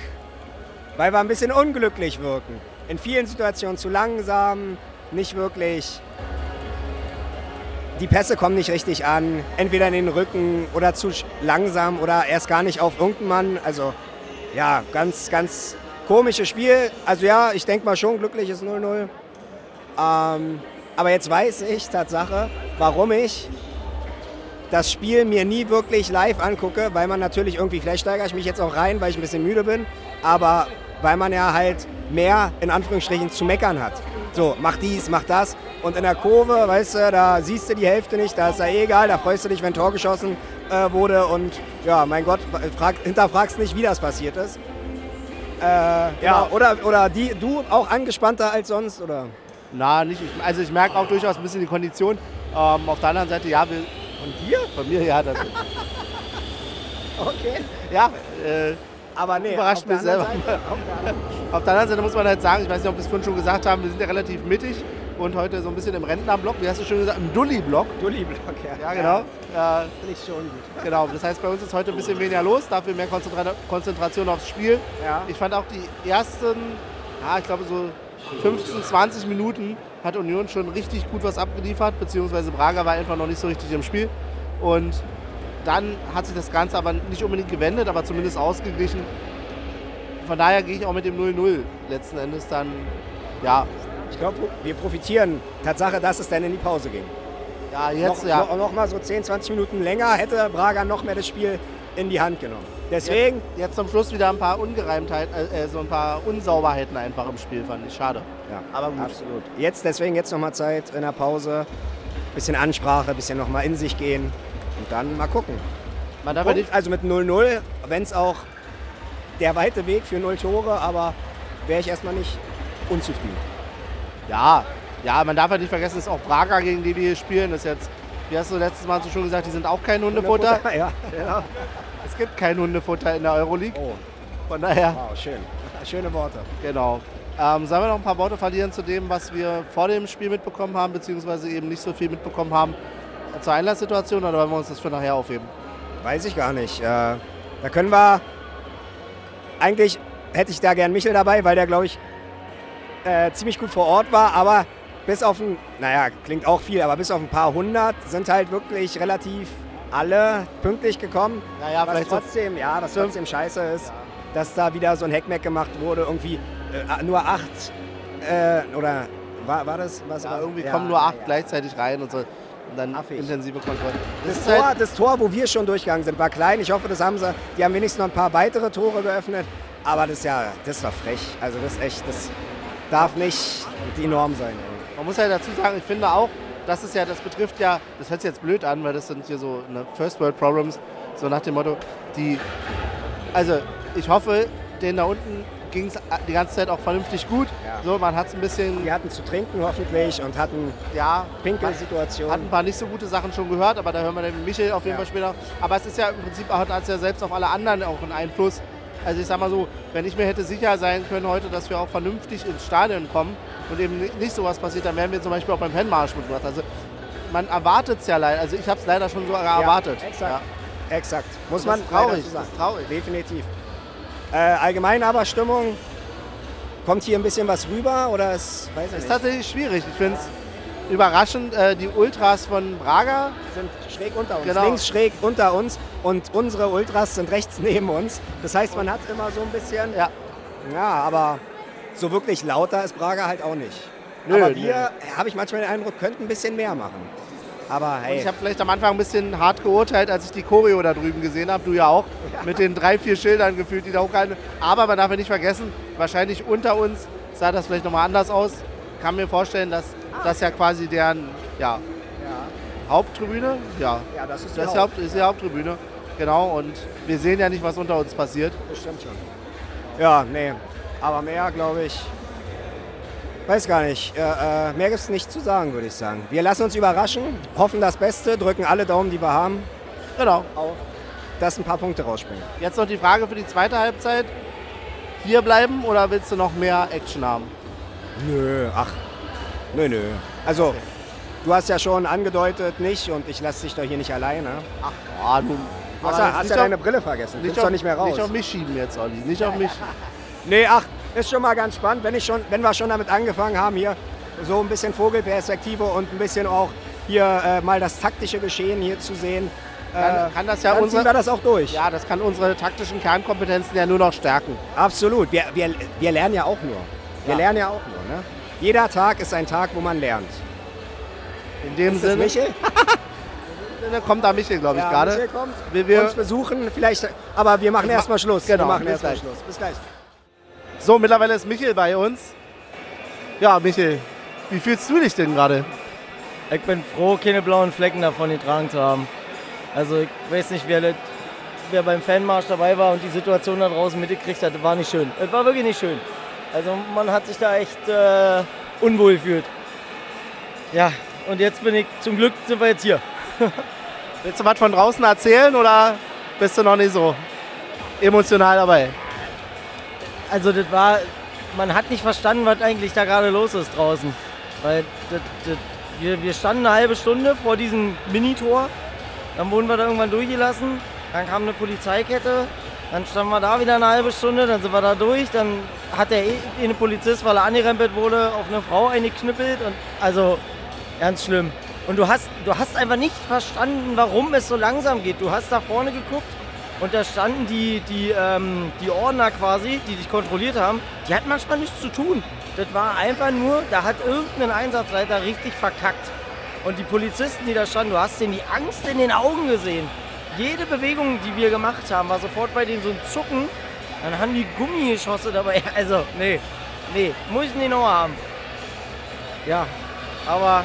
Speaker 3: weil wir ein bisschen unglücklich wirken. In vielen Situationen zu langsam, nicht wirklich. Die Pässe kommen nicht richtig an, entweder in den Rücken oder zu sch- langsam oder erst gar nicht auf irgendeinen Mann. Also ja, ganz, ganz komisches Spiel. Also ja, ich denke mal schon, glückliches 0-0. Ähm, aber jetzt weiß ich Tatsache, warum ich das Spiel mir nie wirklich live angucke, weil man natürlich irgendwie, vielleicht steigere ich mich jetzt auch rein, weil ich ein bisschen müde bin, aber weil man ja halt mehr in Anführungsstrichen zu meckern hat. So, mach dies, mach das. Und in der Kurve, weißt du, da siehst du die Hälfte nicht, da ist ja eh egal, da freust du dich, wenn Tor geschossen äh, wurde. Und ja, mein Gott, frag, hinterfragst nicht, wie das passiert ist. Äh, ja, oder, oder die, du auch angespannter als sonst, oder?
Speaker 1: Na, nicht. Ich, also ich merke auch durchaus ein bisschen die Kondition. Ähm, auf der anderen Seite, ja, wir,
Speaker 3: Und hier?
Speaker 1: von mir ja, das,
Speaker 3: Okay.
Speaker 1: ja äh,
Speaker 3: Aber nee,
Speaker 1: Überrascht
Speaker 3: auf der
Speaker 1: mich selber.
Speaker 3: anderen Seite- auf der anderen-
Speaker 1: Auf der anderen Seite muss man halt sagen, ich weiß nicht, ob wir es vorhin schon gesagt haben, wir sind ja relativ mittig und heute so ein bisschen im Rentnerblock, wie hast du schon gesagt, im Dulli-Block.
Speaker 3: Du Lieblock, ja.
Speaker 1: Ja, genau. Äh,
Speaker 3: Finde ich schon gut.
Speaker 1: genau. Das heißt, bei uns ist heute ein bisschen weniger los, dafür mehr Konzentra Konzentration aufs Spiel.
Speaker 3: Ja.
Speaker 1: Ich fand auch die ersten, ja, ich glaube so 15, 20 Minuten hat Union schon richtig gut was abgeliefert, beziehungsweise Braga war einfach noch nicht so richtig im Spiel. Und dann hat sich das Ganze aber nicht unbedingt gewendet, aber zumindest ausgeglichen. Von daher gehe ich auch mit dem 0-0 letzten Endes dann, ja,
Speaker 3: Ich glaube, wir profitieren. Tatsache, dass es dann in die Pause ging.
Speaker 1: ja jetzt,
Speaker 3: noch,
Speaker 1: ja.
Speaker 3: noch, noch mal so 10, 20 Minuten länger hätte Braga noch mehr das Spiel in die Hand genommen. Deswegen,
Speaker 1: Jetzt zum Schluss wieder ein paar Ungereimtheiten, äh, äh, so ein paar Unsauberheiten einfach im Spiel fand ich. Schade.
Speaker 3: Ja,
Speaker 1: aber gut.
Speaker 3: absolut. Jetzt, deswegen jetzt noch mal Zeit in der Pause. Bisschen Ansprache, bisschen noch mal in sich gehen und dann mal gucken.
Speaker 1: Man darf ja
Speaker 3: Punkt,
Speaker 1: nicht,
Speaker 3: also mit 0-0, wenn es auch der weite Weg für 0 Tore, aber wäre ich erstmal nicht unzufrieden.
Speaker 1: ja, ja, man darf ja nicht vergessen, es ist auch Braga, gegen die wir hier spielen. Das ist jetzt, wie hast du letztes Mal so schon gesagt, die sind auch kein Hundefutter.
Speaker 3: Ja.
Speaker 1: Es gibt kein Hundefutter in der Euroleague.
Speaker 3: Oh,
Speaker 1: Von daher,
Speaker 3: wow, schön. Schöne Worte.
Speaker 1: genau. Ähm, sollen wir noch ein paar Worte verlieren zu dem, was wir vor dem Spiel mitbekommen haben, beziehungsweise eben nicht so viel mitbekommen haben äh, zur Einlasssituation oder wollen wir uns das für nachher aufheben?
Speaker 3: Weiß ich gar nicht. Äh, da können wir. Eigentlich hätte ich da gern Michel dabei, weil der, glaube ich, äh, ziemlich gut vor Ort war. Aber bis auf ein. Naja, klingt auch viel, aber bis auf ein paar hundert sind halt wirklich relativ alle pünktlich gekommen.
Speaker 1: Naja,
Speaker 3: Was
Speaker 1: vielleicht so
Speaker 3: trotzdem, ja, was trotzdem scheiße ist, dass da wieder so ein Heckmeck gemacht wurde. Irgendwie äh, nur acht. Äh, oder war, war das? Was
Speaker 1: Ja,
Speaker 3: war-
Speaker 1: irgendwie
Speaker 3: ja,
Speaker 1: kommen nur acht
Speaker 3: ja.
Speaker 1: gleichzeitig rein und so. Und dann
Speaker 3: Affig.
Speaker 1: intensive Kontrolle. Das
Speaker 3: Das
Speaker 1: ist
Speaker 3: Tor,
Speaker 1: halt,
Speaker 3: das Tor, wo wir schon durchgegangen sind, war klein. Ich hoffe, das haben sie. Die haben wenigstens noch ein paar weitere Tore geöffnet. Aber das ist ja, das war frech. Also das ist echt, das darf nicht die Norm sein. ey.
Speaker 1: man muss ja dazu sagen, ich finde auch, das ist ja, das betrifft ja, das hört sich jetzt blöd an, weil das sind hier so ne, First World Problems, so nach dem Motto, die, also ich hoffe, denen da unten ging es die ganze Zeit auch vernünftig gut.
Speaker 3: Ja.
Speaker 1: So, man hat es ein bisschen,
Speaker 3: Die
Speaker 1: ja,
Speaker 3: hatten zu trinken hoffentlich und hatten
Speaker 1: hat ein
Speaker 3: Pinkelsituationen.
Speaker 1: paar nicht so gute Sachen schon gehört, aber da hören wir den Michel auf jeden
Speaker 3: Ja.
Speaker 1: Fall später. Aber es ist ja im Prinzip, hat es ja selbst auf alle anderen auch einen Einfluss. Also ich sag mal so, wenn ich mir hätte sicher sein können heute, dass wir auch vernünftig ins Stadion kommen und eben ni- nicht sowas passiert, dann wären wir zum Beispiel auch beim Fanmarsch mitgemacht. Also man erwartet es ja leider, also ich habe es leider schon so erwartet.
Speaker 3: exakt. Exakt. Muss
Speaker 1: Das
Speaker 3: man
Speaker 1: ist traurig,
Speaker 3: leider so
Speaker 1: das
Speaker 3: sagen.
Speaker 1: ist traurig.
Speaker 3: Definitiv. Äh, allgemein aber Stimmung. Kommt hier ein bisschen was rüber oder ist, weiß ich
Speaker 1: Ist
Speaker 3: nicht.
Speaker 1: tatsächlich schwierig. Ich finde es überraschend, äh, die Ultras von Braga,
Speaker 3: sind schräg unter uns.
Speaker 1: Genau.
Speaker 3: Links schräg unter uns und unsere Ultras sind rechts neben uns. Das heißt, man hat immer so ein bisschen.
Speaker 1: Ja.
Speaker 3: Ja, aber so wirklich lauter ist Braga halt auch nicht.
Speaker 1: Nö,
Speaker 3: aber wir, habe ich manchmal den Eindruck, könnten ein bisschen mehr machen. Aber
Speaker 1: Und
Speaker 3: hey,
Speaker 1: Ich habe vielleicht am Anfang ein bisschen hart geurteilt, als ich die Choreo da drüben gesehen habe. Du ja auch. Mit den drei, vier Schildern gefühlt, die da hochhalten. Aber man darf ja nicht vergessen, wahrscheinlich unter uns sah das vielleicht nochmal anders aus. Kann mir vorstellen, dass das ja quasi deren ja, Haupttribüne. Ja,
Speaker 3: ja, das ist
Speaker 1: das ist die,
Speaker 3: laut.
Speaker 1: Haupt, ist die Haupttribüne. Genau. Und wir sehen ja nicht, was unter uns passiert.
Speaker 3: Das stimmt schon. Ja, nee. Aber mehr, glaube ich. Weiß gar nicht. Äh, äh, mehr gibt es nicht zu sagen, würde ich sagen. Wir lassen uns überraschen, hoffen das Beste, drücken alle Daumen, die wir haben,
Speaker 1: Genau.
Speaker 3: dass ein paar Punkte rausspringen.
Speaker 1: Jetzt noch die Frage für die zweite Halbzeit. Hier bleiben oder willst du noch mehr Action haben?
Speaker 3: Nö, ach. Nö, nö. Also, du hast ja schon angedeutet, nicht, und ich lasse dich doch hier nicht alleine.
Speaker 1: Ach, ja, du.
Speaker 3: Ah, Hast,
Speaker 1: Aber
Speaker 3: ja-
Speaker 1: jetzt
Speaker 3: hast
Speaker 1: nicht
Speaker 3: ja
Speaker 1: auf-
Speaker 3: deine Brille vergessen. Nicht doch nicht mehr raus.
Speaker 1: Nicht auf mich schieben jetzt, Olli. Nicht auf mich.
Speaker 3: nee, ach, ist schon mal ganz spannend, wenn, ich schon, wenn wir schon damit angefangen haben, hier so ein bisschen Vogelperspektive und ein bisschen auch hier äh, mal das taktische Geschehen hier zu sehen. äh,
Speaker 1: Kann, kann das ja
Speaker 3: dann ziehen wir
Speaker 1: unsere.
Speaker 3: das auch durch.
Speaker 1: Ja, das kann unsere taktischen Kernkompetenzen ja nur noch stärken.
Speaker 3: Absolut. Wir, wir, wir lernen ja auch nur. Wir
Speaker 1: Ja.
Speaker 3: lernen ja auch nur. Ne? Jeder Tag ist ein Tag, wo man lernt.
Speaker 1: In dem
Speaker 3: Ist das
Speaker 1: Sinne.
Speaker 3: Michel?
Speaker 1: Da kommt da Michel, glaube ich, gerade.
Speaker 3: Michael kommt
Speaker 1: Wir- wir-
Speaker 3: uns besuchen, vielleicht, aber wir machen erstmal Schluss.
Speaker 1: genau,
Speaker 3: wir machen
Speaker 1: bis
Speaker 3: erstmal
Speaker 1: gleich.
Speaker 3: Schluss. Bis gleich.
Speaker 1: So, mittlerweile ist Michel bei uns. Ja, Michel, wie fühlst du dich denn gerade?
Speaker 2: Ich bin froh, keine blauen Flecken davon getragen zu haben. Also ich weiß nicht, wer, das- wer beim Fanmarsch dabei war und die Situation da draußen mitgekriegt hat, war nicht schön. Es war wirklich nicht schön. Also man hat sich da echt äh, unwohl gefühlt. Ja, und jetzt bin ich, zum Glück sind wir jetzt hier.
Speaker 1: Willst du was von draußen erzählen oder bist du noch nicht so emotional dabei?
Speaker 2: Also das war, man hat nicht verstanden, was eigentlich da gerade los ist draußen. Weil das, das, wir, wir standen eine halbe Stunde vor diesem Minitor, dann wurden wir da irgendwann durchgelassen, dann kam eine Polizeikette, dann standen wir da wieder eine halbe Stunde, dann sind wir da durch, dann hat der eh- eine Polizist, weil er angerempelt wurde, auf eine Frau eingeknüppelt und also ganz schlimm. Und du hast, du hast einfach nicht verstanden, warum es so langsam geht. Du hast da vorne geguckt und da standen die, die, ähm, die Ordner quasi, die dich kontrolliert haben. Die hatten manchmal nichts zu tun. Das war einfach nur, da hat irgendein Einsatzleiter richtig verkackt. Und die Polizisten, die da standen, du hast denen die Angst in den Augen gesehen. Jede Bewegung, die wir gemacht haben, war sofort bei denen so ein Zucken. Dann haben die Gummigeschosse dabei. Also, nee, nee, muss ich nicht noch haben. Ja, aber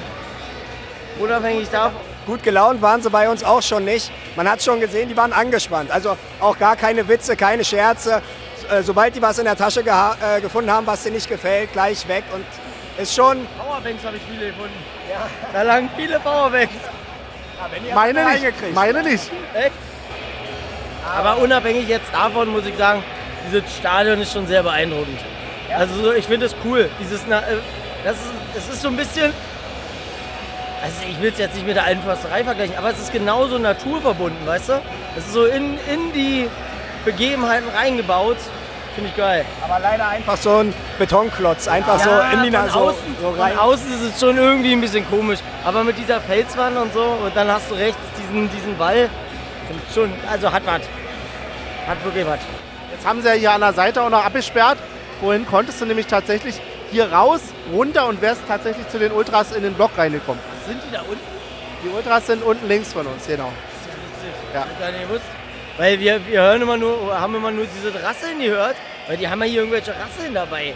Speaker 2: unabhängig davon.
Speaker 3: Gut gelaunt waren sie bei uns auch schon nicht. Man hat schon gesehen, die waren angespannt. Also auch gar keine Witze, keine Scherze. Äh, Sobald die was in der Tasche geha- äh, gefunden haben, was dir nicht gefällt, gleich weg. Und ist schon.
Speaker 2: Powerbanks habe ich viele gefunden. Da lagen viele Powerbanks.
Speaker 1: Meine nicht,
Speaker 3: reingekriegt.
Speaker 1: meine nicht.
Speaker 2: Echt? Aber unabhängig jetzt davon muss ich sagen, dieses Stadion ist schon sehr beeindruckend. Also so, ich finde es cool. Dieses, na, äh, das, ist, das ist so ein bisschen, also ich will es jetzt nicht mit der alten Försterei vergleichen, aber es ist genauso naturverbunden, weißt du? Es ist so in, in die Begebenheiten reingebaut. Finde ich geil.
Speaker 3: Aber leider einfach so ein Betonklotz. Einfach so in die
Speaker 2: von,
Speaker 3: Nase. So,
Speaker 2: außen,
Speaker 3: so rein.
Speaker 2: von außen ist es schon irgendwie ein bisschen komisch. Aber mit dieser Felswand und so, und dann hast du rechts diesen, diesen Wall. Find ich Schon, also hat was. Hat wirklich was.
Speaker 1: Jetzt haben sie ja hier an der Seite auch noch abgesperrt. Vorhin konntest du nämlich tatsächlich hier raus, runter und wärst tatsächlich zu den Ultras in den Block reingekommen.
Speaker 2: Sind die da unten?
Speaker 1: Die Ultras sind unten links von uns, genau. Ja.
Speaker 2: Hab ich gar nicht gewusst. Weil wir, wir hören immer nur, haben immer nur diese Rasseln gehört, weil die haben ja hier irgendwelche Rasseln dabei.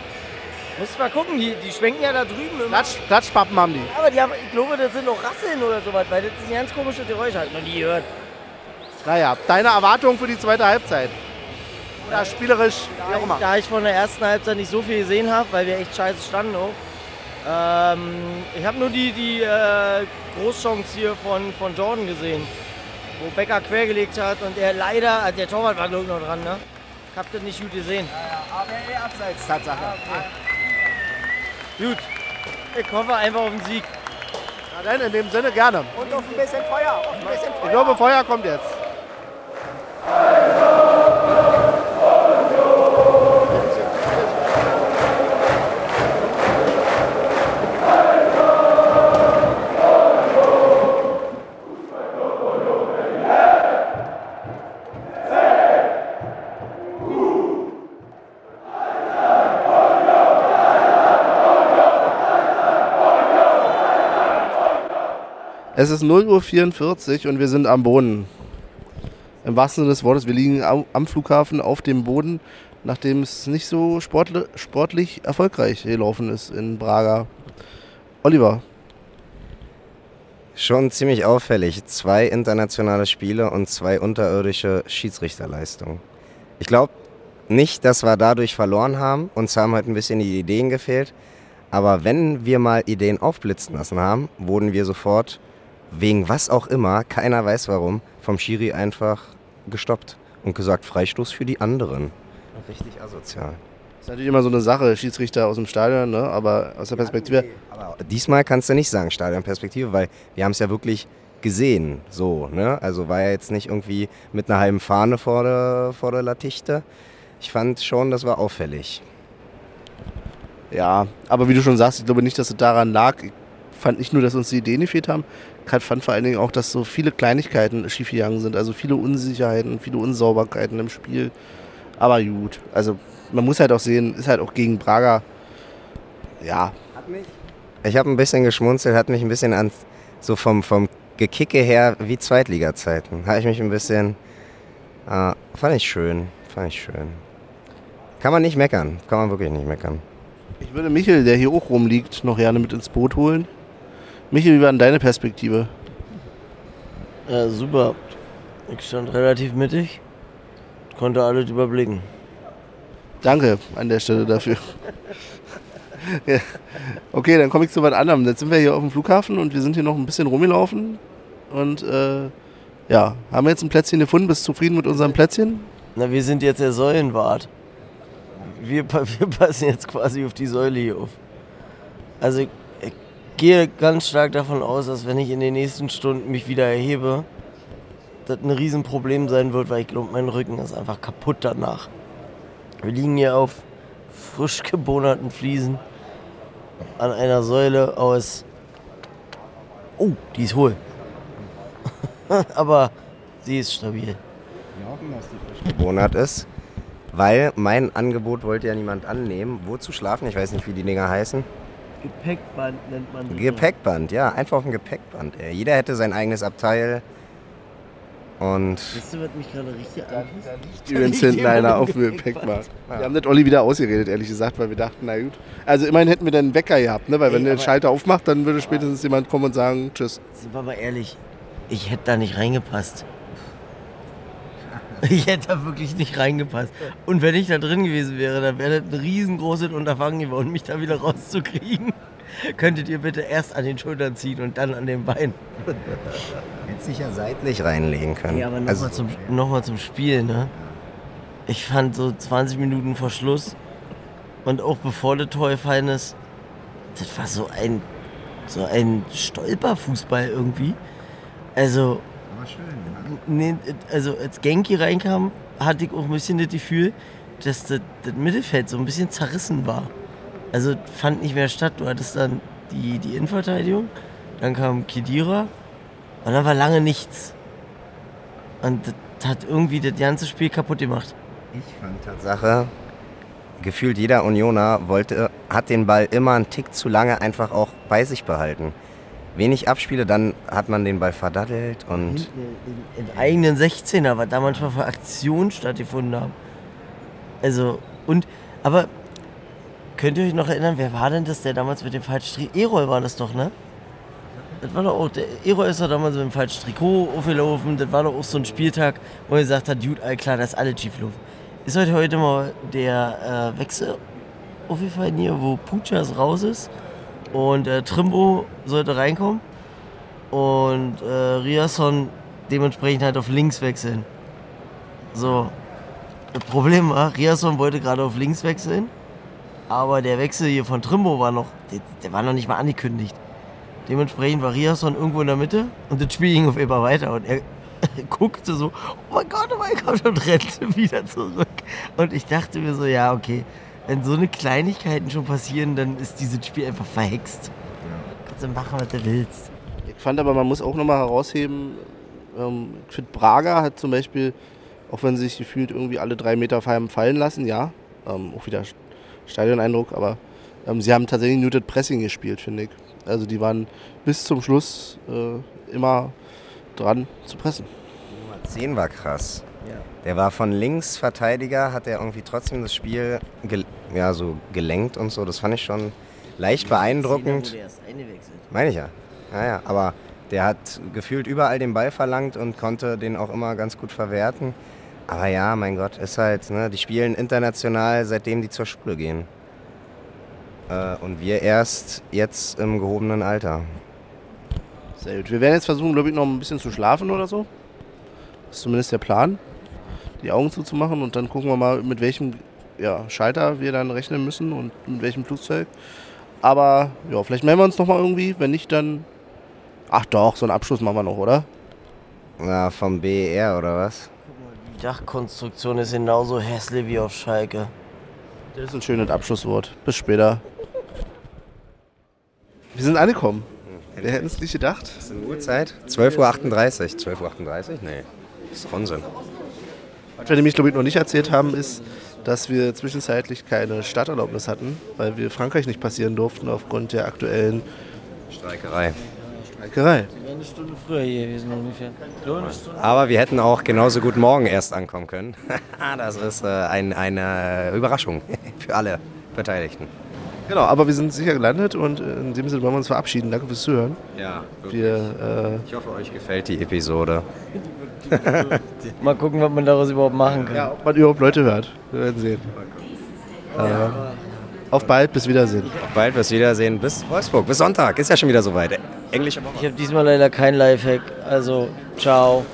Speaker 2: Muss mal gucken, die, die schwenken ja da drüben immer.
Speaker 1: Klatsch, Klatschpappen haben die.
Speaker 2: Aber die haben, ich glaube, das sind doch Rasseln oder sowas, weil das ist ein ganz komisches Geräusch, hab ich noch nie gehört.
Speaker 1: Naja, deine Erwartung für die zweite Halbzeit? Oder spielerisch, wie auch immer.
Speaker 2: Da ich von der ersten Halbzeit nicht so viel gesehen habe, weil wir echt scheiße standen auch. Ähm, ich habe nur die, die äh, Großchance hier von, von Jordan gesehen, wo Becker quergelegt hat und er leider, also der Torwart war glaube ich noch dran, ne? Ich habe das nicht gut gesehen.
Speaker 1: Tatsache.
Speaker 2: Gut, ich hoffe einfach auf den Sieg.
Speaker 1: Na dann, in dem Sinne gerne.
Speaker 3: Und auf ein bisschen Feuer. Auf ein bisschen
Speaker 1: Ich glaube, Feuer kommt jetzt. Es ist 0.44 Uhr und wir sind am Boden. Im wahrsten Sinne des Wortes, wir liegen au- am Flughafen auf dem Boden, nachdem es nicht so sportli sportlich erfolgreich gelaufen ist in Braga. Oliver,
Speaker 3: Schon ziemlich auffällig. Zwei internationale Spiele und zwei unterirdische Schiedsrichterleistungen. Ich glaube nicht, dass wir dadurch verloren haben. Uns haben heute ein bisschen die Ideen gefehlt. Aber wenn wir mal Ideen aufblitzen lassen haben, wurden wir sofort, wegen was auch immer, keiner weiß warum, vom Schiri einfach gestoppt und gesagt, Freistoß für die anderen. Richtig asozial.
Speaker 1: ist natürlich immer so eine Sache, Schiedsrichter aus dem Stadion, ne? aber aus der Perspektive,
Speaker 3: Aber diesmal kannst du nicht sagen Stadionperspektive, weil wir haben es ja wirklich gesehen, so, ne? Also war ja jetzt nicht irgendwie mit einer halben Fahne vor der, vor der Latichte. Ich fand schon, das war auffällig.
Speaker 1: ja, aber wie du schon sagst, ich glaube nicht, dass es daran lag. Ich fand nicht nur, dass uns die Ideen gefehlt haben, ich fand vor allen Dingen auch, dass so viele Kleinigkeiten schiefgegangen sind, also viele Unsicherheiten, viele Unsauberkeiten im Spiel. Aber gut, also man muss halt auch sehen, ist halt auch gegen Braga. Ja,
Speaker 3: Ich habe ein bisschen geschmunzelt, hat mich ein bisschen an so vom, vom
Speaker 7: Gekicke her wie Zweitliga-Zeiten. Habe ich mich ein bisschen. Äh, fand ich schön. Fand ich schön. Kann man nicht meckern. Kann man wirklich nicht meckern.
Speaker 1: Ich würde Michel, der hier auch rumliegt, noch gerne mit ins Boot holen. Michel, wie war denn deine Perspektive?
Speaker 2: Ja, super. Ich stand relativ mittig, konnte alles überblicken.
Speaker 1: Danke an der Stelle dafür. Ja. Okay, dann komme ich zu was anderem. Jetzt sind wir hier auf dem Flughafen und wir sind hier noch ein bisschen rumgelaufen. Und äh, ja, haben wir jetzt ein Plätzchen gefunden? Bist du zufrieden mit unserem Plätzchen?
Speaker 2: Na, wir sind jetzt der Säulenwart. Wir, pa- wir passen jetzt quasi auf die Säule hier auf. Also ich, ich gehe ganz stark davon aus, dass wenn ich in den nächsten Stunden mich wieder erhebe, das ein Riesenproblem sein wird, weil ich glaube, mein Rücken ist einfach kaputt danach. Wir liegen hier auf frisch gebohnerten Fliesen an einer Säule aus... Oh, die ist hohl. Aber sie ist stabil.
Speaker 7: Monat ist. Weil mein Angebot wollte ja niemand annehmen. Wozu schlafen? Ich weiß nicht, wie die Dinger heißen.
Speaker 2: Gepäckband nennt man
Speaker 7: Gepäckband, ja. Einfach auf dem Gepäckband. Ey. Jeder hätte sein eigenes Abteil. Und
Speaker 2: Wisst ihr, was mich gerade richtig anpisst?
Speaker 1: Übrigens hinten einer auf dem Gepäckband. Wir haben das Olli wieder ausgeredet, ehrlich gesagt, weil wir dachten, na gut. Also immerhin hätten wir dann einen Wecker gehabt, ne? weil wenn
Speaker 2: Ey,
Speaker 1: der
Speaker 2: aber-
Speaker 1: Schalter aufmacht, dann würde spätestens jemand kommen und sagen, tschüss.
Speaker 2: Sind wir mal ehrlich, ich hätte da nicht reingepasst. Ich hätte da wirklich nicht reingepasst. Und wenn ich da drin gewesen wäre, dann wäre das ein riesengroßes Unterfangen geworden, mich da wieder rauszukriegen. Könntet ihr bitte erst an den Schultern ziehen und dann an den Beinen.
Speaker 7: hätte sich ja seitlich reinlegen können.
Speaker 2: Ja, aber nochmal
Speaker 7: also,
Speaker 2: zum, noch mal zum Spiel, ne? Ich fand so 20 Minuten vor Schluss und auch bevor der Tor gefallen ist, das war so ein, so ein Stolperfußball irgendwie. Also, nee, also als Genki reinkam, hatte ich auch ein bisschen das Gefühl, dass das, das Mittelfeld so ein bisschen zerrissen war. Also fand nicht mehr statt. Du hattest dann die, die Innenverteidigung, dann kam Kedira und dann war lange nichts. Und das hat irgendwie das ganze Spiel kaputt gemacht.
Speaker 7: ich fand Tatsache, gefühlt jeder Unioner wollte, hat den Ball immer einen Tick zu lange einfach auch bei sich behalten. Wenig Abspiele, dann hat man den Ball verdattelt und
Speaker 2: Mhm. Im eigenen 16er, was da manchmal für Aktionen stattgefunden haben. Also, und, aber könnt ihr euch noch erinnern, wer war denn das, der damals mit dem falschen Trikot. Erol war das doch, ne? Das war doch auch, der Erol ist doch damals mit dem falschen Trikot aufgelaufen. Das war doch auch so ein Spieltag, wo er gesagt hat: Dude, all klar, das ist alle schief gelaufen. Ist heute, heute mal der äh, Wechsel aufgefallen hier, wo Puchas raus ist und äh, Trimbo sollte reinkommen und äh, Riasson dementsprechend halt auf links wechseln. So. Das Problem war, Riasson wollte gerade auf links wechseln, aber der Wechsel hier von Trimbo war noch, der, der war noch nicht mal angekündigt. Dementsprechend war Riasson irgendwo in der Mitte und das Spiel ging auf immer weiter und er guckte so, oh mein Gott, oh mein Gott und rennte wieder zurück. Und ich dachte mir so, ja, okay, wenn so eine Kleinigkeiten schon passieren, dann ist dieses Spiel einfach verhext. Kannst du machen, was du willst.
Speaker 1: Ich fand aber, man muss auch nochmal herausheben, ähm, ich finde Braga hat zum Beispiel, auch wenn sie sich gefühlt irgendwie alle drei Meter fallen, fallen lassen, ja, ähm, auch wieder Stadion-Eindruck, aber ähm, sie haben tatsächlich Muted Pressing gespielt, finde ich. Also die waren bis zum Schluss äh, immer dran zu pressen.
Speaker 7: 10 war krass. Der war von links Verteidiger, hat er irgendwie trotzdem das Spiel gel ja, so gelenkt und so. Das fand ich schon leicht beeindruckend. Meine ich ja. Ja, ja. Aber der hat gefühlt überall den Ball verlangt und konnte den auch immer ganz gut verwerten. Aber ja, mein Gott, ist halt, ne, die spielen international, seitdem die zur Schule gehen. Äh, und wir erst jetzt im gehobenen Alter.
Speaker 1: Sehr gut. Wir werden jetzt versuchen, glaube ich, noch ein bisschen zu schlafen oder so. Ist zumindest der Plan. Die Augen zuzumachen und dann gucken wir mal, mit welchem ja, Schalter wir dann rechnen müssen und mit welchem Flugzeug. Aber ja, vielleicht melden wir uns nochmal irgendwie. Wenn nicht, dann. Ach doch, so einen Abschluss machen wir noch, oder?
Speaker 7: Na, vom BER oder was?
Speaker 2: Die Dachkonstruktion ist genauso hässlich wie auf Schalke.
Speaker 1: Das ist ein schönes Abschlusswort. Bis später. Wir sind angekommen. Wir hätten es nicht gedacht.
Speaker 7: Ist denn Uhrzeit? 12.38 Uhr. 12.38 Uhr? Nee. Ist doch Unsinn.
Speaker 1: Was wir nämlich, glaube ich, noch nicht erzählt haben, ist, dass wir zwischenzeitlich keine Starterlaubnis hatten, weil wir Frankreich nicht passieren durften aufgrund der aktuellen
Speaker 7: Streikerei.
Speaker 8: Schmeckerei.
Speaker 2: Wir wären eine Stunde früher hier gewesen ungefähr. Nur eine Stunde.
Speaker 7: Aber wir hätten auch genauso gut morgen erst ankommen können. das ist äh, ein, eine Überraschung für alle Beteiligten.
Speaker 8: Genau, aber wir sind sicher gelandet und äh, in dem Sinne wollen wir uns verabschieden. Danke fürs Zuhören.
Speaker 7: Ja,
Speaker 8: Wir, äh,
Speaker 7: ich hoffe, euch gefällt die Episode.
Speaker 2: Mal gucken, was man daraus überhaupt machen
Speaker 8: äh,
Speaker 2: kann.
Speaker 8: ja, ob man überhaupt Leute hört. Wir werden sehen. Äh, auf bald, bis Wiedersehen.
Speaker 7: Bald bis Wiedersehen. Bis Wolfsburg. Bis Sonntag. Ist ja schon wieder soweit. Englische Woche.
Speaker 2: Ich habe diesmal leider kein Lifehack. Also, ciao.